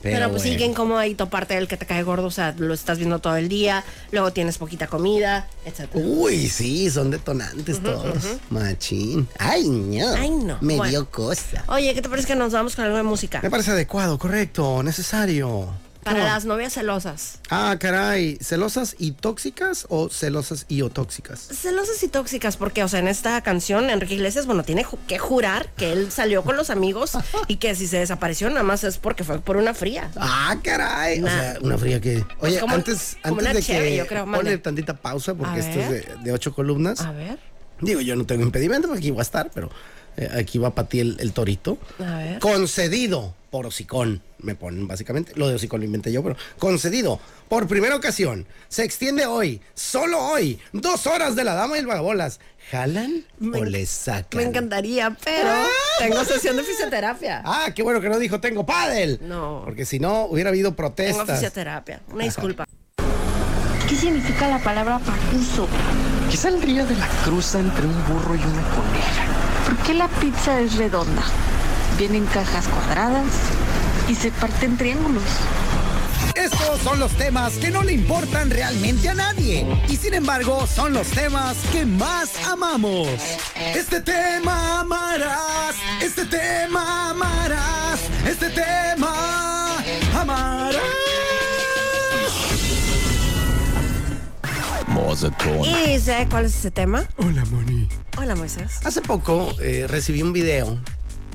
Speaker 1: Pero, pues sí, que
Speaker 3: bueno.
Speaker 1: incómodo ahí toparte del que te cae gordo, o sea, lo estás viendo todo el día, luego tienes poquita comida, etcétera.
Speaker 3: Uy, sí, son detonantes todos. Machín.
Speaker 2: ay, no.
Speaker 1: Ay, no.
Speaker 2: Me
Speaker 1: Bueno.
Speaker 2: dio cosa.
Speaker 1: Oye, ¿qué te parece que nos vamos con algo de música?
Speaker 3: Me parece adecuado, correcto, necesario.
Speaker 1: Para las novias celosas.
Speaker 3: Ah, caray, ¿celosas y tóxicas o celosas y o tóxicas?
Speaker 1: Celosas y tóxicas, porque, o sea, en esta canción, Enrique Iglesias, bueno, tiene ju- que jurar que él salió con los amigos y que si se desapareció, nada más es porque fue por una fría.
Speaker 3: Ah, caray. O
Speaker 1: Nah.
Speaker 3: sea, una fría que. Oye,
Speaker 1: Pues como-
Speaker 3: antes,
Speaker 1: como
Speaker 3: antes
Speaker 1: una
Speaker 3: de
Speaker 1: cheve,
Speaker 3: que
Speaker 1: yo creo,
Speaker 3: ponle
Speaker 1: mande.
Speaker 3: tantita pausa
Speaker 1: A
Speaker 3: porque esto es
Speaker 1: ver.
Speaker 3: de, de ocho columnas.
Speaker 1: A ver,
Speaker 3: Digo, yo no tengo impedimento porque aquí voy a estar, pero eh, aquí va para ti el, el torito.
Speaker 1: A ver.
Speaker 3: Concedido por hocicón, me ponen básicamente. Lo de hocicón lo inventé yo, pero concedido por primera ocasión. Se extiende hoy, solo hoy, dos horas de la dama y el vagabolas. ¿Jalan
Speaker 1: Me
Speaker 3: o
Speaker 1: enc-
Speaker 3: le sacan?
Speaker 1: me encantaría, pero tengo sesión de fisioterapia.
Speaker 3: Ah, qué bueno que no dijo tengo pádel.
Speaker 1: No.
Speaker 3: Porque si no, hubiera habido
Speaker 1: Tengo
Speaker 3: protestas.
Speaker 1: fisioterapia. Una disculpa.
Speaker 5: ¿Qué significa la palabra pacuso?
Speaker 6: ¿Qué saldría de la cruza entre un burro y una coneja?
Speaker 5: ¿Por qué la pizza es redonda? Viene en cajas cuadradas y se parte en triángulos.
Speaker 7: Estos son los temas que no le importan realmente a nadie. Y sin embargo, son los temas que más amamos. Este tema amarás. Este tema amarás. Este tema amarás.
Speaker 1: ¿Y sé cuál es ese tema?
Speaker 3: Hola, Moni.
Speaker 1: Hola, Moisés.
Speaker 3: Hace poco eh, recibí un video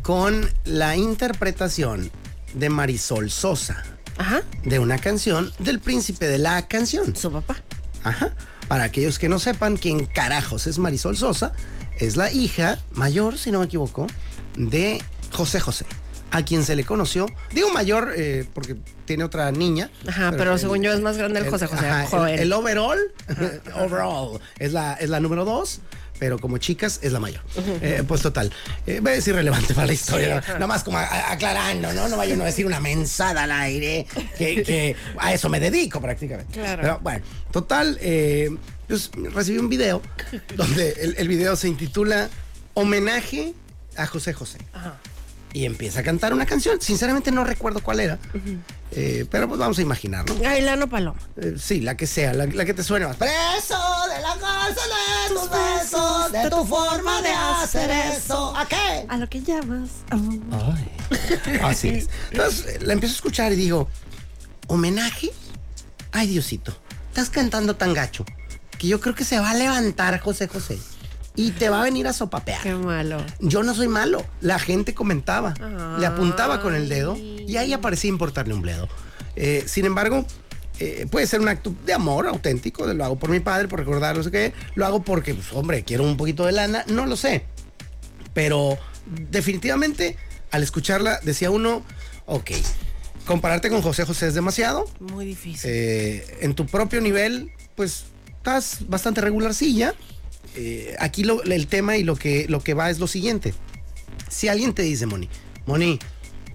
Speaker 3: con la interpretación de Marisol Sosa
Speaker 1: Ajá,
Speaker 3: de una canción del príncipe de la canción.
Speaker 1: su papá.
Speaker 3: Ajá. Para aquellos que no sepan quién carajos es Marisol Sosa, es la hija mayor, si no me equivoco, de José José, a quien se le conoció. Digo mayor eh, porque tiene otra niña.
Speaker 1: Ajá, Ah, pero según yo es más grande el José José, joven.
Speaker 3: El, el overall, [LAUGHS] overall, es la, es la número dos. Pero como chicas es la mayor. Eh, pues total. eh, es irrelevante para la historia. Nada más como a- a- aclarando, ¿no? No vaya uno a decir una mensada al aire. Que, que a eso me dedico prácticamente.
Speaker 1: Claro.
Speaker 3: Pero, bueno, total, eh, pues, recibí un video donde el, el video se intitula Homenaje a José José. Y empieza a cantar una canción. Sinceramente no recuerdo cuál era. eh, pero pues vamos a imaginar, ¿no?
Speaker 1: Gailano Paloma.
Speaker 3: Eh, sí, la que sea, la, la que te suene más.
Speaker 2: Preso de la cárcel de tus besos, de tu forma de hacer eso. ¿A qué?
Speaker 1: A lo que llamas. amor.
Speaker 3: [LAUGHS] Así es. Entonces eh, la empiezo a escuchar y digo, ¿homenaje? Ay, Diosito, estás cantando tan gacho que yo creo que se va a levantar José José y te va a venir a sopapear.
Speaker 1: Qué malo.
Speaker 3: Yo no soy malo. La gente comentaba, le apuntaba con el dedo y ahí aparecía importarle un bledo. Eh, sin embargo, eh, puede ser un acto de amor auténtico, de lo hago por mi padre, por recordarlo, no sé qué. Lo hago porque, pues, hombre, quiero un poquito de lana, no lo sé. Pero definitivamente, al escucharla, decía uno, ok, compararte con José José es demasiado,
Speaker 1: Muy difícil.
Speaker 3: eh, en tu propio nivel, pues estás bastante regularcilla. Eh, aquí lo- el tema y lo que, lo que va es lo siguiente. Si alguien te dice, Moni, Moni,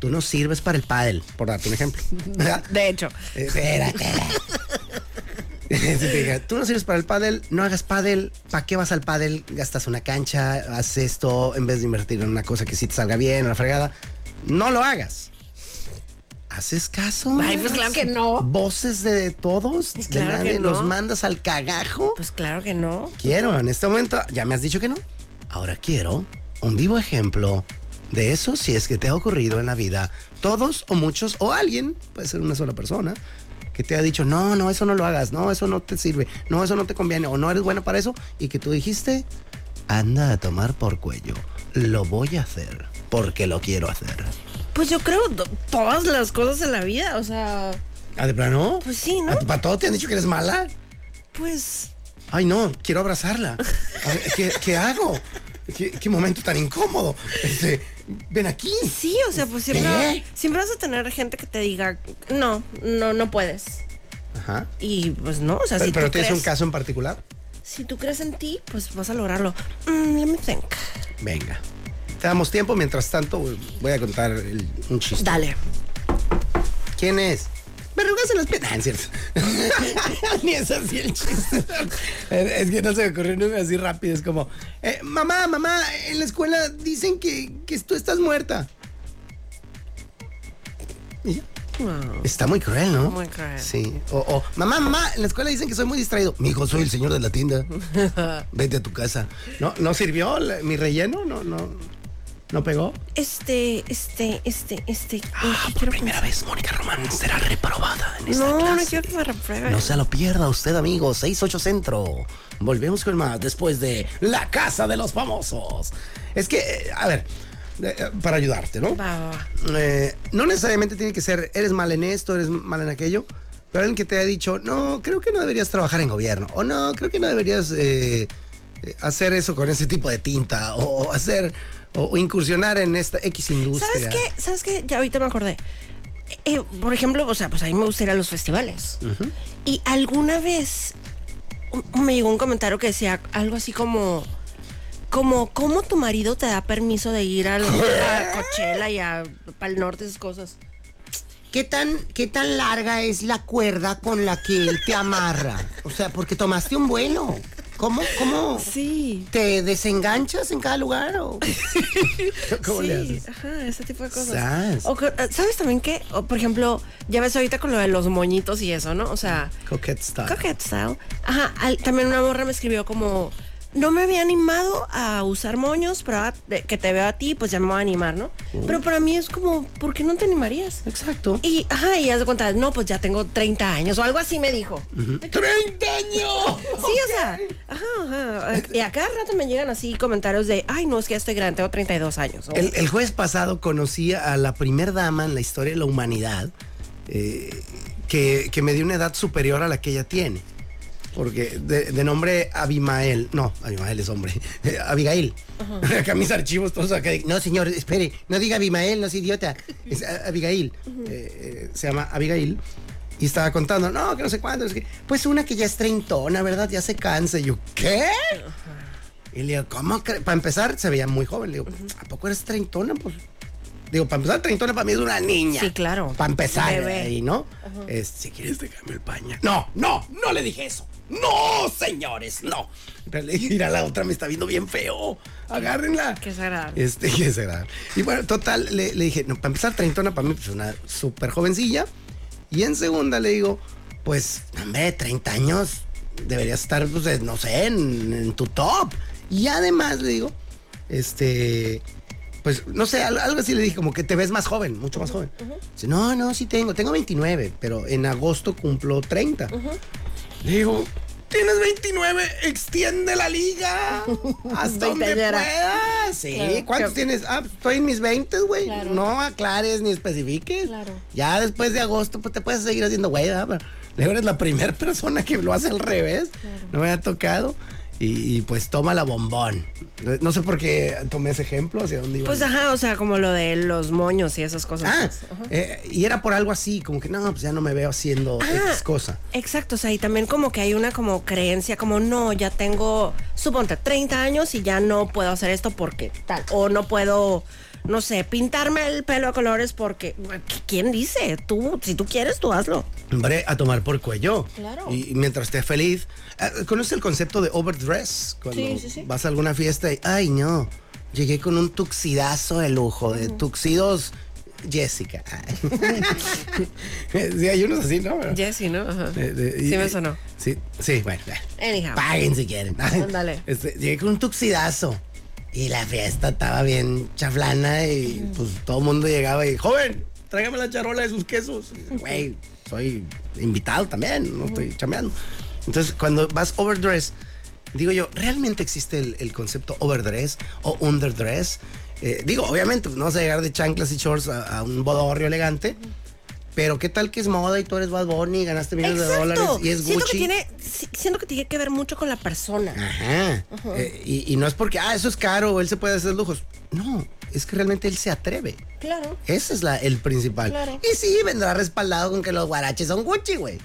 Speaker 3: tú no sirves para el pádel, por darte
Speaker 1: [LAUGHS]
Speaker 3: un ejemplo. ¿verdad?
Speaker 1: De hecho.
Speaker 3: Eh, Espérate. [LAUGHS] Si te diga, Tú no sirves para el pádel, no hagas pádel. ¿Para qué vas al pádel? Gastas una cancha, haces esto en vez de invertir en una cosa que sí te salga bien, una fregada. No lo hagas. ¿Haces caso?
Speaker 1: Ay, [LAUGHS] pues claro que no.
Speaker 3: Voces de todos,
Speaker 1: Pues
Speaker 3: de
Speaker 1: claro que
Speaker 3: nadie,
Speaker 1: no.
Speaker 3: los mandas al cagajo.
Speaker 1: Pues claro que no.
Speaker 3: Quiero, en este momento, ya me has dicho que no. Ahora quiero un vivo ejemplo de eso si es que te ha ocurrido en la vida. Todos o muchos o alguien, puede ser una sola persona, que te ha dicho, no, no, eso no lo hagas, no, eso no te sirve, no, eso no te conviene o no eres buena para eso. Y que tú dijiste, anda a tomar por cuello, lo voy a hacer porque lo quiero hacer.
Speaker 1: Pues yo creo do- todas las cosas en la vida, o sea,
Speaker 3: ¿Ah, de plano?
Speaker 1: Pues sí, ¿no?
Speaker 3: ¿A tu- ¿Para todo te han dicho que eres mala?
Speaker 1: pues
Speaker 3: Ay, no, quiero abrazarla. A ver, ¿qué, qué hago? ¿Qué, qué momento tan incómodo? Este, ven aquí.
Speaker 1: sí, o sea, pues siempre,
Speaker 3: ¿Qué?
Speaker 1: siempre vas a tener gente que te diga, no, no, no puedes.
Speaker 3: Ajá.
Speaker 1: Y pues no, o sea,
Speaker 3: Pero,
Speaker 1: si
Speaker 3: pero
Speaker 1: tú
Speaker 3: tienes
Speaker 1: crees,
Speaker 3: un caso en particular.
Speaker 1: si tú crees en ti, pues vas a lograrlo. Mm, let me think.
Speaker 3: Venga. Te damos tiempo, mientras tanto voy a contar el- un chiste.
Speaker 1: Dale.
Speaker 3: ¿Quién es? Verrugas en las piernas. Ah, es cierto. [LAUGHS] Ni es así el chiste. es que no se me ocurrió nunca así rápido. Es como, eh, mamá, mamá, en la escuela dicen que, que tú estás muerta. Y ya. Está muy cruel, ¿no?
Speaker 1: Muy cruel.
Speaker 3: Sí. O, o, mamá, mamá, en la escuela dicen que soy muy distraído. Mi hijo, soy el señor de
Speaker 1: [LAUGHS]
Speaker 3: la tienda. Vete a tu casa. No, no sirvió la- mi relleno, no, no. ¿No pegó?
Speaker 1: Este, este, este, este.
Speaker 3: Ah,
Speaker 1: ¿qué
Speaker 3: por
Speaker 1: quiero
Speaker 3: primera vez, Mónica Román será reprobada en
Speaker 1: pensar?
Speaker 3: esta
Speaker 1: No,
Speaker 3: clase.
Speaker 1: no quiero que me reprueben.
Speaker 3: No se lo pierda usted, amigo. 68 Centro. Volvemos con más después de La Casa de los Famosos. Es que, eh, a ver, eh, eh, para ayudarte, ¿no?
Speaker 1: Va, va, va.
Speaker 3: Eh, no necesariamente tiene que ser, eres mal en esto, eres mal en aquello. Pero alguien que te ha dicho, no, creo que no deberías trabajar en gobierno. O no, creo que no deberías eh, eh, hacer eso con ese tipo de tinta. O hacer, o, o incursionar en esta X industria.
Speaker 1: ¿Sabes qué? ¿Sabes qué? Ya ahorita me acordé. Eh, por ejemplo, o sea, pues a mí me gusta ir a los festivales. Y alguna vez un- me llegó un comentario que decía algo así como. Como, ¿cómo tu marido te da permiso de ir al- a Coachella y a Pal Norte, esas cosas?
Speaker 4: ¿Qué tan, ¿Qué tan larga es la cuerda con la que él te amarra? O sea, porque tomaste un vuelo. ¿Cómo? ¿Cómo?
Speaker 1: Sí.
Speaker 4: ¿Te desenganchas en cada lugar?
Speaker 1: [LAUGHS]
Speaker 4: O...
Speaker 3: ¿Cómo
Speaker 1: sí,
Speaker 3: le haces?
Speaker 1: Ajá, ese tipo de
Speaker 3: Sas.
Speaker 1: cosas. O que- eh, ¿Sabes también qué? O, por ejemplo, ya ves ahorita con lo de los moñitos y eso, ¿no? O sea,
Speaker 3: Coquette style.
Speaker 1: coquette style. Ajá, al- también una morra me escribió como, no me había animado a usar moños, pero ahora de- que te veo a ti, pues ya me voy a animar, ¿no?
Speaker 3: Uh.
Speaker 1: Pero para mí es como, ¿por qué no te animarías?
Speaker 3: Exacto.
Speaker 1: Y, ajá, y haz de cuenta, no, pues ya tengo 30 años o algo así me dijo.
Speaker 3: ¡30 años!
Speaker 1: Sí, o sea, ajá, ajá. Y a cada rato me llegan así comentarios de, ay, no, es que ya estoy grande, tengo 32 años. O-
Speaker 3: El, el jueves pasado conocí a la primer dama en la historia de la humanidad eh, que, que me dio una edad superior a la que ella tiene. Porque de, de nombre Abimael, no, Abimael es hombre, [LAUGHS] eh, Abigail. [LAUGHS] Acá mis archivos todos acá. de- No, señor, espere, no diga Abimael, no es idiota. Es a- Abigail. Eh, eh, se llama Abigail. Y estaba contando, no, que no sé cuándo. no sé qué. Pues una que ya es treintona, ¿verdad? Ya se cansa. Y yo, ¿qué? Y le digo, ¿cómo cre-?" Para empezar, se veía muy joven. Le digo, pues, ¿a poco eres treintona? Pues. Digo, para empezar, treintona para mí es una niña.
Speaker 1: Sí, claro.
Speaker 3: Para empezar, eh,
Speaker 1: Bebé.
Speaker 3: ahí, ¿no? Es, si quieres, déjame el pañal. No, no, no le dije eso. No, señores, no. Pero le dije, mira, la otra me está viendo bien feo. Agárrenla.
Speaker 1: Qué desagradable.
Speaker 3: Este, [LAUGHS] qué desagradable. Y bueno, total, le, le dije, no, para empezar, treintona para mí, pues una súper jovencilla. Y en segunda le digo, pues, hombre, 30 años deberías estar, pues, eh, no sé, en, en tu top. Y además le digo, este, pues, no sé, al- algo así le dije, como que te ves más joven, mucho más joven. Dice, no, no, sí tengo, tengo 29, pero en agosto cumplo 30. Le digo, tienes 29, extiende la liga hasta donde
Speaker 1: Veinteañera.
Speaker 3: puedas. Ah, Sí,
Speaker 1: Claro.
Speaker 3: ¿cuántos
Speaker 1: Que-
Speaker 3: tienes? Ah, pues, estoy en mis 20, güey.
Speaker 1: Claro.
Speaker 3: No aclares ni especifiques.
Speaker 1: Claro.
Speaker 3: Ya después de agosto, pues te puedes seguir haciendo güey, ¿verdad? Pero luego eres la primera [LAUGHS] persona que lo hace al revés. No me ha tocado. Y, y, pues toma la bombón. No sé por qué tomé ese ejemplo, hacia dónde iba.
Speaker 1: Pues
Speaker 3: yo.
Speaker 1: ajá, o sea, como lo de los moños y esas cosas.
Speaker 3: Ah,
Speaker 1: Pues, ajá.
Speaker 3: eh, y era por algo así, como que no, pues ya no me veo haciendo
Speaker 1: Ah,
Speaker 3: X cosa.
Speaker 1: Exacto, o sea, y también como que hay una como creencia, como no, ya tengo, suponte, 30 años y ya no puedo hacer esto porque tal, o no puedo, no sé, pintarme el pelo a colores porque, ¿qu- ¿quién dice? Tú, si tú quieres, tú hazlo.
Speaker 3: Hombre, a tomar por cuello.
Speaker 1: Claro.
Speaker 3: Y y mientras estés feliz. Ah, ¿Conoces el concepto de overdress? Cuando
Speaker 1: Sí, sí, sí.
Speaker 3: vas a alguna fiesta y, ay, no, llegué con un tuxidazo de lujo, de tuxidos Jessica.
Speaker 1: [LAUGHS]
Speaker 3: sí, hay unos así, ¿no? Pero-
Speaker 1: Jessy, ¿no? Ajá.
Speaker 3: de- de- y-
Speaker 1: sí me sonó. Eh,
Speaker 3: Sí, sí, bueno. ya.
Speaker 1: Anyhow.
Speaker 3: Paguen si quieren.
Speaker 1: Ándale.
Speaker 3: Este, llegué con un tuxidazo. Y la fiesta estaba bien chaflana y pues todo el mundo llegaba y, joven, tráigame la charola de sus quesos. Y, Güey, soy invitado también, no estoy chameando. Entonces, cuando vas overdress, digo yo, ¿realmente existe el, el concepto overdress o underdress? Eh, digo, obviamente, pues, no vas a llegar de chanclas y shorts a, a un bodorrio elegante. Pero qué tal que es moda y tú eres Bad Bunny y ganaste millones de dólares
Speaker 1: Exacto.
Speaker 3: y es
Speaker 1: siento,
Speaker 3: Gucci. Ah.
Speaker 1: que tiene, si- siento que tiene que ver mucho con la persona.
Speaker 3: Ajá. Eh, y, y no es porque, ah, eso es caro, o él se puede hacer lujos. No, es que realmente él se atreve.
Speaker 1: Claro.
Speaker 3: Ese es la, el principal.
Speaker 1: Claro.
Speaker 3: Y sí, vendrá respaldado con que los guaraches son Gucci, güey.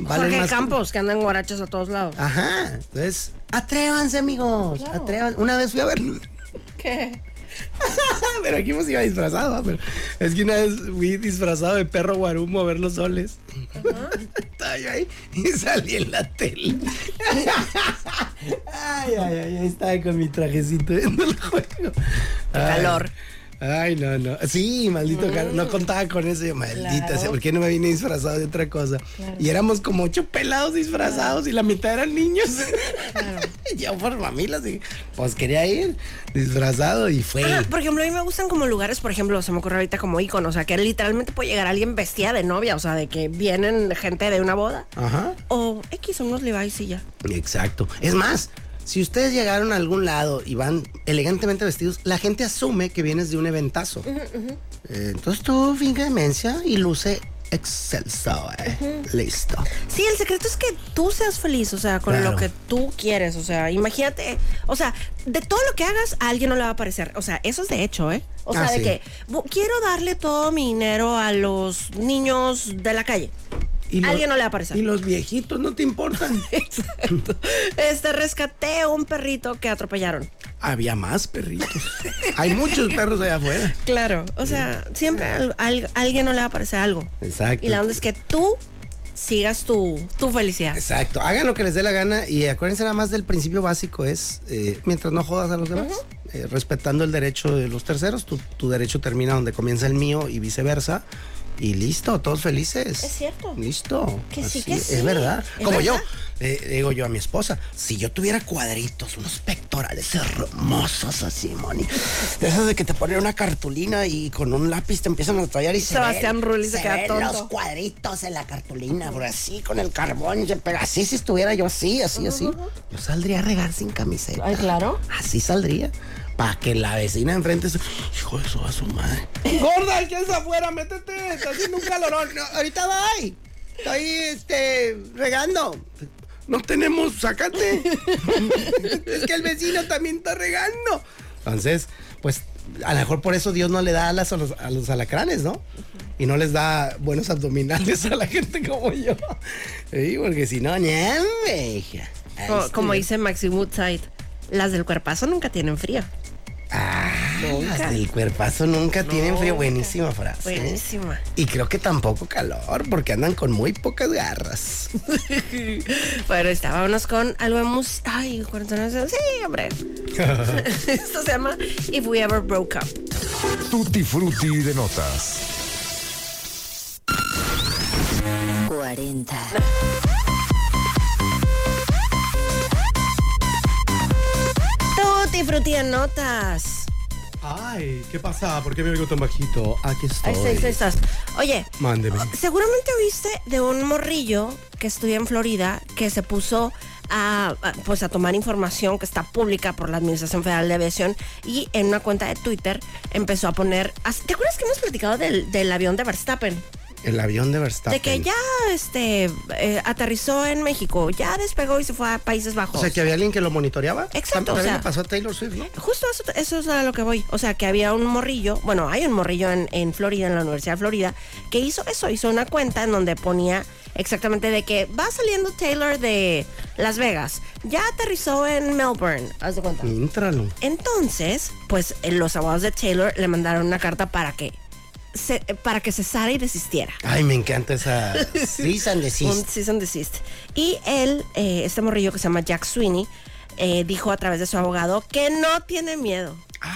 Speaker 3: Valen
Speaker 1: Jorge
Speaker 3: más-
Speaker 1: Campos, que andan guarachos a todos lados.
Speaker 3: Ajá. Entonces, atrévanse, amigos.
Speaker 1: Claro.
Speaker 3: Atrévanse. Una vez fui a verlo.
Speaker 1: ¿Qué?
Speaker 3: [LAUGHS] pero aquí pues iba disfrazado. ¿ah? Pero es que una vez fui disfrazado de perro guarumo a ver los soles. [LAUGHS] Estaba yo ahí y salí en la tele. [LAUGHS] ay, ay, ay, ahí estaba con mi trajecito viendo el juego. Ay.
Speaker 1: calor.
Speaker 3: Ay, no, no. Sí, maldito Carlos. No contaba con eso. Yo, maldita
Speaker 1: Claro.
Speaker 3: sea, ¿por qué no me vine disfrazado de otra cosa? Y éramos como ocho pelados disfrazados y la mitad eran niños. Y [LAUGHS] yo por mamilas dije, pues quería ir disfrazado y fue.
Speaker 1: Ah, por ejemplo, a mí me gustan como lugares, por ejemplo, se me ocurre ahorita como ícono, o sea, que literalmente puede llegar alguien vestida de novia, o sea, de que vienen gente de una boda.
Speaker 3: Ajá.
Speaker 1: O X, unos Levi's y ya.
Speaker 3: Exacto. Es más, si ustedes llegaron a algún lado y van elegantemente vestidos, la gente asume que vienes de un eventazo. Eh, Entonces tú finge demencia y luce excelso. eh. Listo.
Speaker 1: Sí, el secreto es que tú seas feliz, o sea, con
Speaker 3: Claro.
Speaker 1: lo que tú quieres, o sea, imagínate, o sea, de todo lo que hagas a alguien no le va a parecer, o sea, eso es de hecho, ¿eh? O sea,
Speaker 3: Ah,
Speaker 1: de
Speaker 3: sí.
Speaker 1: que bu- quiero darle todo mi dinero a los niños de la
Speaker 3: [LAUGHS]
Speaker 1: calle.
Speaker 3: Y lo-
Speaker 1: Alguien no le va a parecer.
Speaker 3: Y los viejitos no te
Speaker 1: [LAUGHS]
Speaker 3: importan.
Speaker 1: Exacto. Este, rescaté a un perrito que atropellaron.
Speaker 3: Había más perritos. Hay muchos perros allá afuera.
Speaker 1: Claro, o sea, siempre al- al- alguien no le va a parecer algo.
Speaker 3: Exacto.
Speaker 1: Y la onda es que tú sigas tu, tu felicidad.
Speaker 3: Exacto. Hagan lo que les dé la gana y acuérdense nada más del principio básico es eh, mientras no jodas a los demás, eh, respetando el derecho de los terceros, tu, tu derecho termina donde comienza el mío y viceversa. Y listo, todos felices.
Speaker 1: Es cierto.
Speaker 3: Listo.
Speaker 1: Que sí,
Speaker 3: Así
Speaker 1: que
Speaker 3: es,
Speaker 1: sí.
Speaker 3: Es verdad.
Speaker 1: Es
Speaker 3: Como yo,
Speaker 1: verdad.
Speaker 3: eh, digo yo a mi esposa, si yo tuviera cuadritos, unos pectorales hermosos así, Moni. De esas de que te ponen una cartulina y con un lápiz te empiezan a tallar y se
Speaker 1: Sebastián
Speaker 3: ven-
Speaker 1: Rulli se queda
Speaker 3: ven
Speaker 1: tonto.
Speaker 3: los cuadritos en la cartulina, bro, así con el carbón, se pega. así si estuviera yo así, así, así, yo saldría a regar sin camiseta.
Speaker 1: Ay, claro.
Speaker 3: Así saldría. Para que la vecina de enfrente se... Hijo de su, a su madre. Gorda, ¿qué es afuera? Métete, está haciendo un calorón. No, ahorita va ahí. Estoy, este, regando. No tenemos, sácate. es que el vecino también está regando. Entonces, pues, a lo mejor por eso Dios no le da alas a los, a los alacranes, ¿no? Y no les da buenos abdominales a la gente como yo. Sí, porque si no, ñame, hija. Este, Ahí
Speaker 1: Co- como
Speaker 3: estoy.
Speaker 1: dice Maxi Woodside, las del cuerpazo nunca tienen frío.
Speaker 3: Hasta El cuerpazo nunca tienen frío. Buenísima frase. ¿eh?
Speaker 1: Buenísima.
Speaker 3: Y creo que tampoco calor, porque andan con muy pocas garras.
Speaker 1: Bueno, estábamos con algo de música. Ay, 49. Sí,
Speaker 3: [LAUGHS]
Speaker 1: hombre. Esto se llama If We Ever Broke Up.
Speaker 8: Tutti Frutti de notas.
Speaker 9: 40.
Speaker 1: Tutti frutti de notas.
Speaker 3: Ay, ¿qué pasa? ¿Por qué me oigo tan bajito? Aquí
Speaker 1: Ahí
Speaker 3: estoy.
Speaker 1: está, ahí está, ahí estás. Oye,
Speaker 3: Mándeme.
Speaker 1: Ah, seguramente oíste de un morrillo que estudia en Florida que se puso a, a, pues a tomar información que está pública por la Administración Federal de Aviación y en una cuenta de Twitter empezó a poner... ¿Te acuerdas que hemos platicado del, del avión de Verstappen?
Speaker 3: El avión de Verstappen.
Speaker 1: De que ya este eh, aterrizó en México, ya despegó y se fue a Países Bajos.
Speaker 3: O sea, que había alguien que lo monitoreaba.
Speaker 1: Exacto,
Speaker 3: También
Speaker 1: o sea-
Speaker 3: le pasó a Taylor Swift, ¿no?
Speaker 1: Justo eso, eso es a lo que voy. O sea, que había un morrillo, bueno, hay un morrillo en, en Florida, en la Universidad de Florida, que hizo eso, hizo una cuenta en donde ponía exactamente de que va saliendo Taylor de Las Vegas, ya aterrizó en Melbourne, haz de cuenta.
Speaker 3: Íntralo.
Speaker 1: Entonces, pues eh, los abogados de Taylor le mandaron una carta para que se, eh, para que cesara y desistiera.
Speaker 3: Ay, me
Speaker 1: [LAUGHS]
Speaker 3: encanta esa.
Speaker 4: Cease and desist.
Speaker 1: Un cease and desist. Y él, eh, este morrillo que se llama Jack Sweeney, eh, dijo a través de su abogado que no tiene miedo,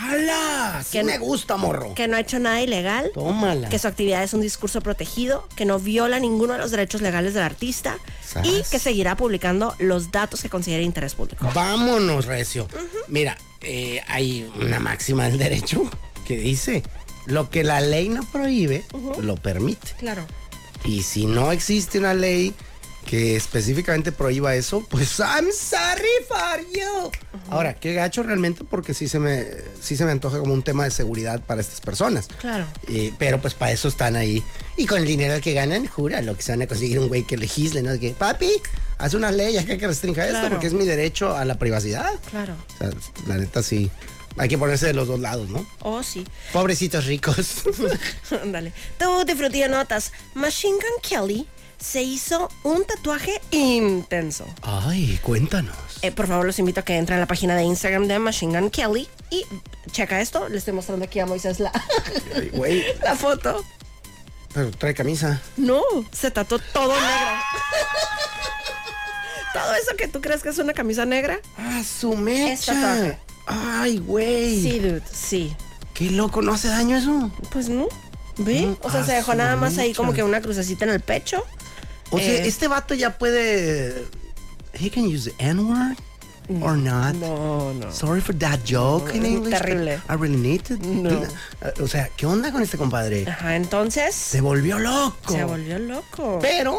Speaker 3: ¡Hala! Sí
Speaker 1: Que-
Speaker 3: me gusta, morro.
Speaker 1: que no ha hecho nada ilegal.
Speaker 3: Tómala.
Speaker 1: que su actividad es un discurso protegido, que no viola ninguno de los derechos legales del artista
Speaker 3: Sas.
Speaker 1: y que seguirá publicando los datos que considere interés público.
Speaker 3: Vámonos, Recio. Mira, eh, hay una máxima del derecho que dice, lo que la ley no prohíbe, lo permite.
Speaker 1: Claro.
Speaker 3: Y si no existe una ley que específicamente prohíba eso, pues I'm sorry for you. Ahora, qué gacho realmente porque sí se me sí se me antoja como un tema de seguridad para estas personas.
Speaker 1: Claro.
Speaker 3: Eh, pero pues para eso están ahí. Y con el dinero que ganan, jura lo que se van a conseguir un güey que legisle, ¿no? Que, papi, haz una ley acá que restrinja esto
Speaker 1: Claro.
Speaker 3: porque es mi derecho a la privacidad.
Speaker 1: Claro.
Speaker 3: O sea, la neta sí. Hay que ponerse de los dos lados, ¿no?
Speaker 1: Oh, sí. [LAUGHS]
Speaker 3: Pobrecitos ricos.
Speaker 1: Ándale. Tú disfrutí de e notas. Machine Gun Kelly se hizo un tatuaje intenso.
Speaker 3: [LAUGHS] Ay, cuéntanos.
Speaker 1: Eh, por favor, los invito a que entren a la página de Instagram de Machine Gun Kelly y checa esto. Le estoy mostrando aquí a Moisés la, [LAUGHS]
Speaker 3: Ay, güey,
Speaker 1: la foto.
Speaker 3: pero trae camisa.
Speaker 1: No, se tatuó todo negro. Todo eso que tú crees que es una camisa negra.
Speaker 3: Ah, su
Speaker 1: Es tatuaje.
Speaker 3: mecha. Ay, güey.
Speaker 1: Sí, dude, sí.
Speaker 3: Qué loco, no hace daño eso.
Speaker 1: Pues no. ¿Ve? O sea, se dejó nada más ahí como que una crucecita en el pecho.
Speaker 3: O sea,
Speaker 1: Eh.
Speaker 3: este vato ya puede. He can use the N-word or not.
Speaker 1: No, no.
Speaker 3: Sorry for that joke in
Speaker 1: No, es
Speaker 3: English. but
Speaker 1: Mm, terrible.
Speaker 3: I really need it.
Speaker 1: No.
Speaker 3: O sea, ¿qué onda con este compadre?
Speaker 1: Ajá, entonces
Speaker 3: Se volvió loco.
Speaker 1: se volvió loco.
Speaker 3: Pero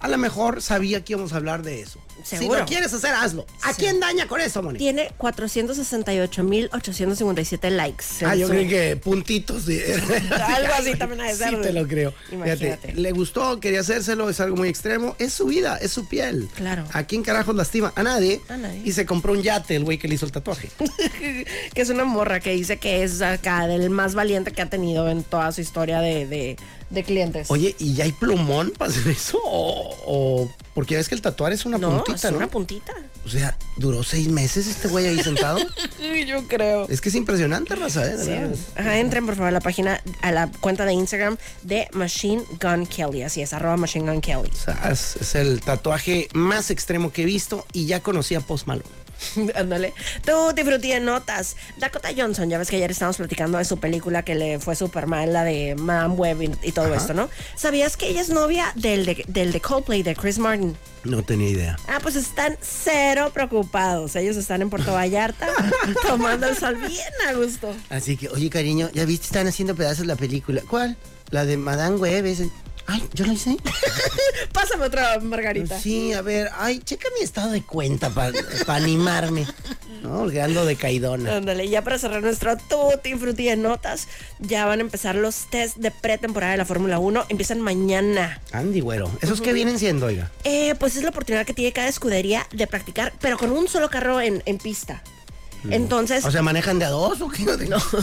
Speaker 3: a lo mejor sabía que íbamos a hablar de eso. Si
Speaker 1: Seguro.
Speaker 3: lo quieres hacer, hazlo. ¿A quién daña con eso, Moni?
Speaker 1: Tiene 468.857 likes.
Speaker 3: Ah,
Speaker 1: en
Speaker 3: yo
Speaker 1: su-
Speaker 3: creo que puntitos. de-
Speaker 1: [LAUGHS] Algo
Speaker 3: [LAUGHS]
Speaker 1: así también ha de
Speaker 3: Sí,
Speaker 1: ser.
Speaker 3: te lo creo. Fíjate,
Speaker 1: Imagínate.
Speaker 3: le gustó, quería hacérselo, es algo muy extremo. Es su vida, es su piel.
Speaker 1: Claro.
Speaker 3: ¿A quién carajos lastima? A nadie.
Speaker 1: A nadie.
Speaker 3: Y se compró un yate el güey que le hizo el tatuaje.
Speaker 1: que es una morra que dice que es acá del más valiente que ha tenido en toda su historia de, de- de clientes.
Speaker 3: Oye, ¿y ya hay plumón para hacer eso? O, o- porque ya ves que el tatuar es una
Speaker 1: no,
Speaker 3: puntita,
Speaker 1: es
Speaker 3: ¿no?
Speaker 1: una puntita.
Speaker 3: o sea, duró seis meses este güey ahí sentado.
Speaker 1: [LAUGHS] Yo creo.
Speaker 3: es que es impresionante, raza, ¿eh? De
Speaker 1: Sí.
Speaker 3: veras.
Speaker 1: Ajá, entren por favor a la página, a la cuenta de Instagram de Machine Gun Kelly. Así es, arroba Machine Gun Kelly. [LAUGHS]
Speaker 3: O sea, es, es el tatuaje más extremo que he visto y ya conocía Post Malone.
Speaker 1: Ándale. Tú disfrutí de notas. Dakota Johnson, ya ves que ayer estábamos platicando de su película que le fue súper mal, la de Madame Web y, y todo esto, ¿no? ¿Sabías que ella es novia del de, del de Coldplay, de Chris Martin?
Speaker 3: No tenía idea.
Speaker 1: Ah, pues están cero preocupados. Ellos están en Puerto Vallarta tomando el sol bien a gusto.
Speaker 3: Así que, oye, cariño, ya viste, están haciendo pedazos la película. ¿Cuál? La de Madame Web. ese. Ay, yo la
Speaker 1: [LAUGHS]
Speaker 3: hice.
Speaker 1: Pásame otra margarita.
Speaker 3: Sí, a ver, ay, checa mi estado de cuenta para
Speaker 1: [LAUGHS]
Speaker 3: animarme. No, porque ando de caidona.
Speaker 1: Ándale, ya para cerrar nuestro tutti frutti de notas, ya van a empezar los test de pretemporada de la Fórmula 1. Empiezan mañana.
Speaker 3: Andy, güero. ¿Esos qué vienen siendo, oiga?
Speaker 1: Eh, pues es la oportunidad que tiene cada escudería de practicar, pero con un solo carro en, en pista. Entonces,
Speaker 3: O sea, ¿manejan de a dos o qué?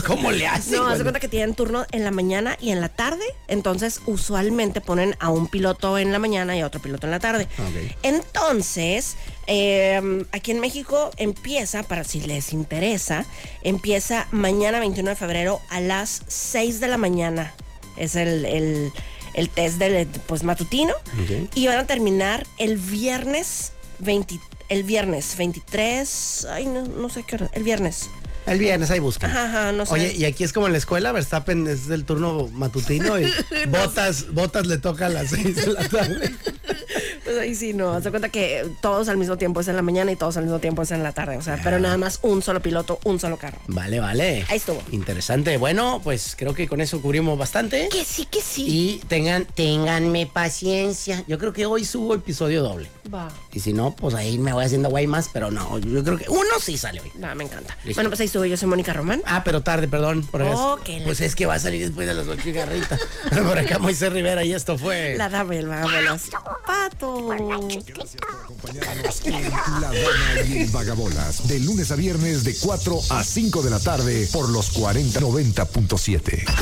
Speaker 3: ¿Cómo le hacen?
Speaker 1: no, haz de
Speaker 3: güero?
Speaker 1: cuenta que tienen turno en la mañana y en la tarde. Entonces, usualmente ponen a un piloto en la mañana y a otro piloto en la tarde.
Speaker 3: Ok.
Speaker 1: Entonces, eh, aquí en México empieza, para si les interesa, empieza mañana 21 de febrero a las 6 de la mañana. Es el, el- el test del pues, matutino.
Speaker 3: Ok.
Speaker 1: Y van a terminar el viernes 20 El viernes 23, ay, no, no sé qué hora, el viernes.
Speaker 3: El viernes ahí buscan.
Speaker 1: Ajá, ajá, no sé.
Speaker 3: Oye, y aquí es como en la escuela, Verstappen es del turno matutino
Speaker 1: [LAUGHS]
Speaker 3: y botas, botas le toca a las seis de la tarde.
Speaker 1: Pues ahí sí, no. Haz de cuenta que todos al mismo tiempo es en la mañana y todos al mismo tiempo es en la tarde. O sea,
Speaker 3: Ah.
Speaker 1: pero nada más un solo piloto, un solo carro.
Speaker 3: Vale, vale.
Speaker 1: Ahí estuvo.
Speaker 3: Interesante. Bueno, pues creo que con eso cubrimos bastante.
Speaker 4: Que sí, que sí.
Speaker 3: Y tengan, ténganme paciencia. Yo creo que hoy subo episodio doble.
Speaker 1: Va.
Speaker 3: Y si no, pues ahí me voy haciendo guay más, pero no, yo creo que uno sí sale hoy.
Speaker 1: Nada, me encanta.
Speaker 3: Listo.
Speaker 1: Bueno, pues ahí estuvo. Yo soy Mónica Román.
Speaker 3: Ah, pero tarde, perdón. por acá.
Speaker 1: Oh, que la-
Speaker 3: Pues es que va a salir después de las ocho y garrita. [LAUGHS] por acá Moisés Rivera y esto fue...
Speaker 1: La dama y el vagabolas. Pato.
Speaker 8: Acompañarnos en La Dama y el Vagabolas, de lunes a viernes de 4 a 5 de la tarde por los 4090.7.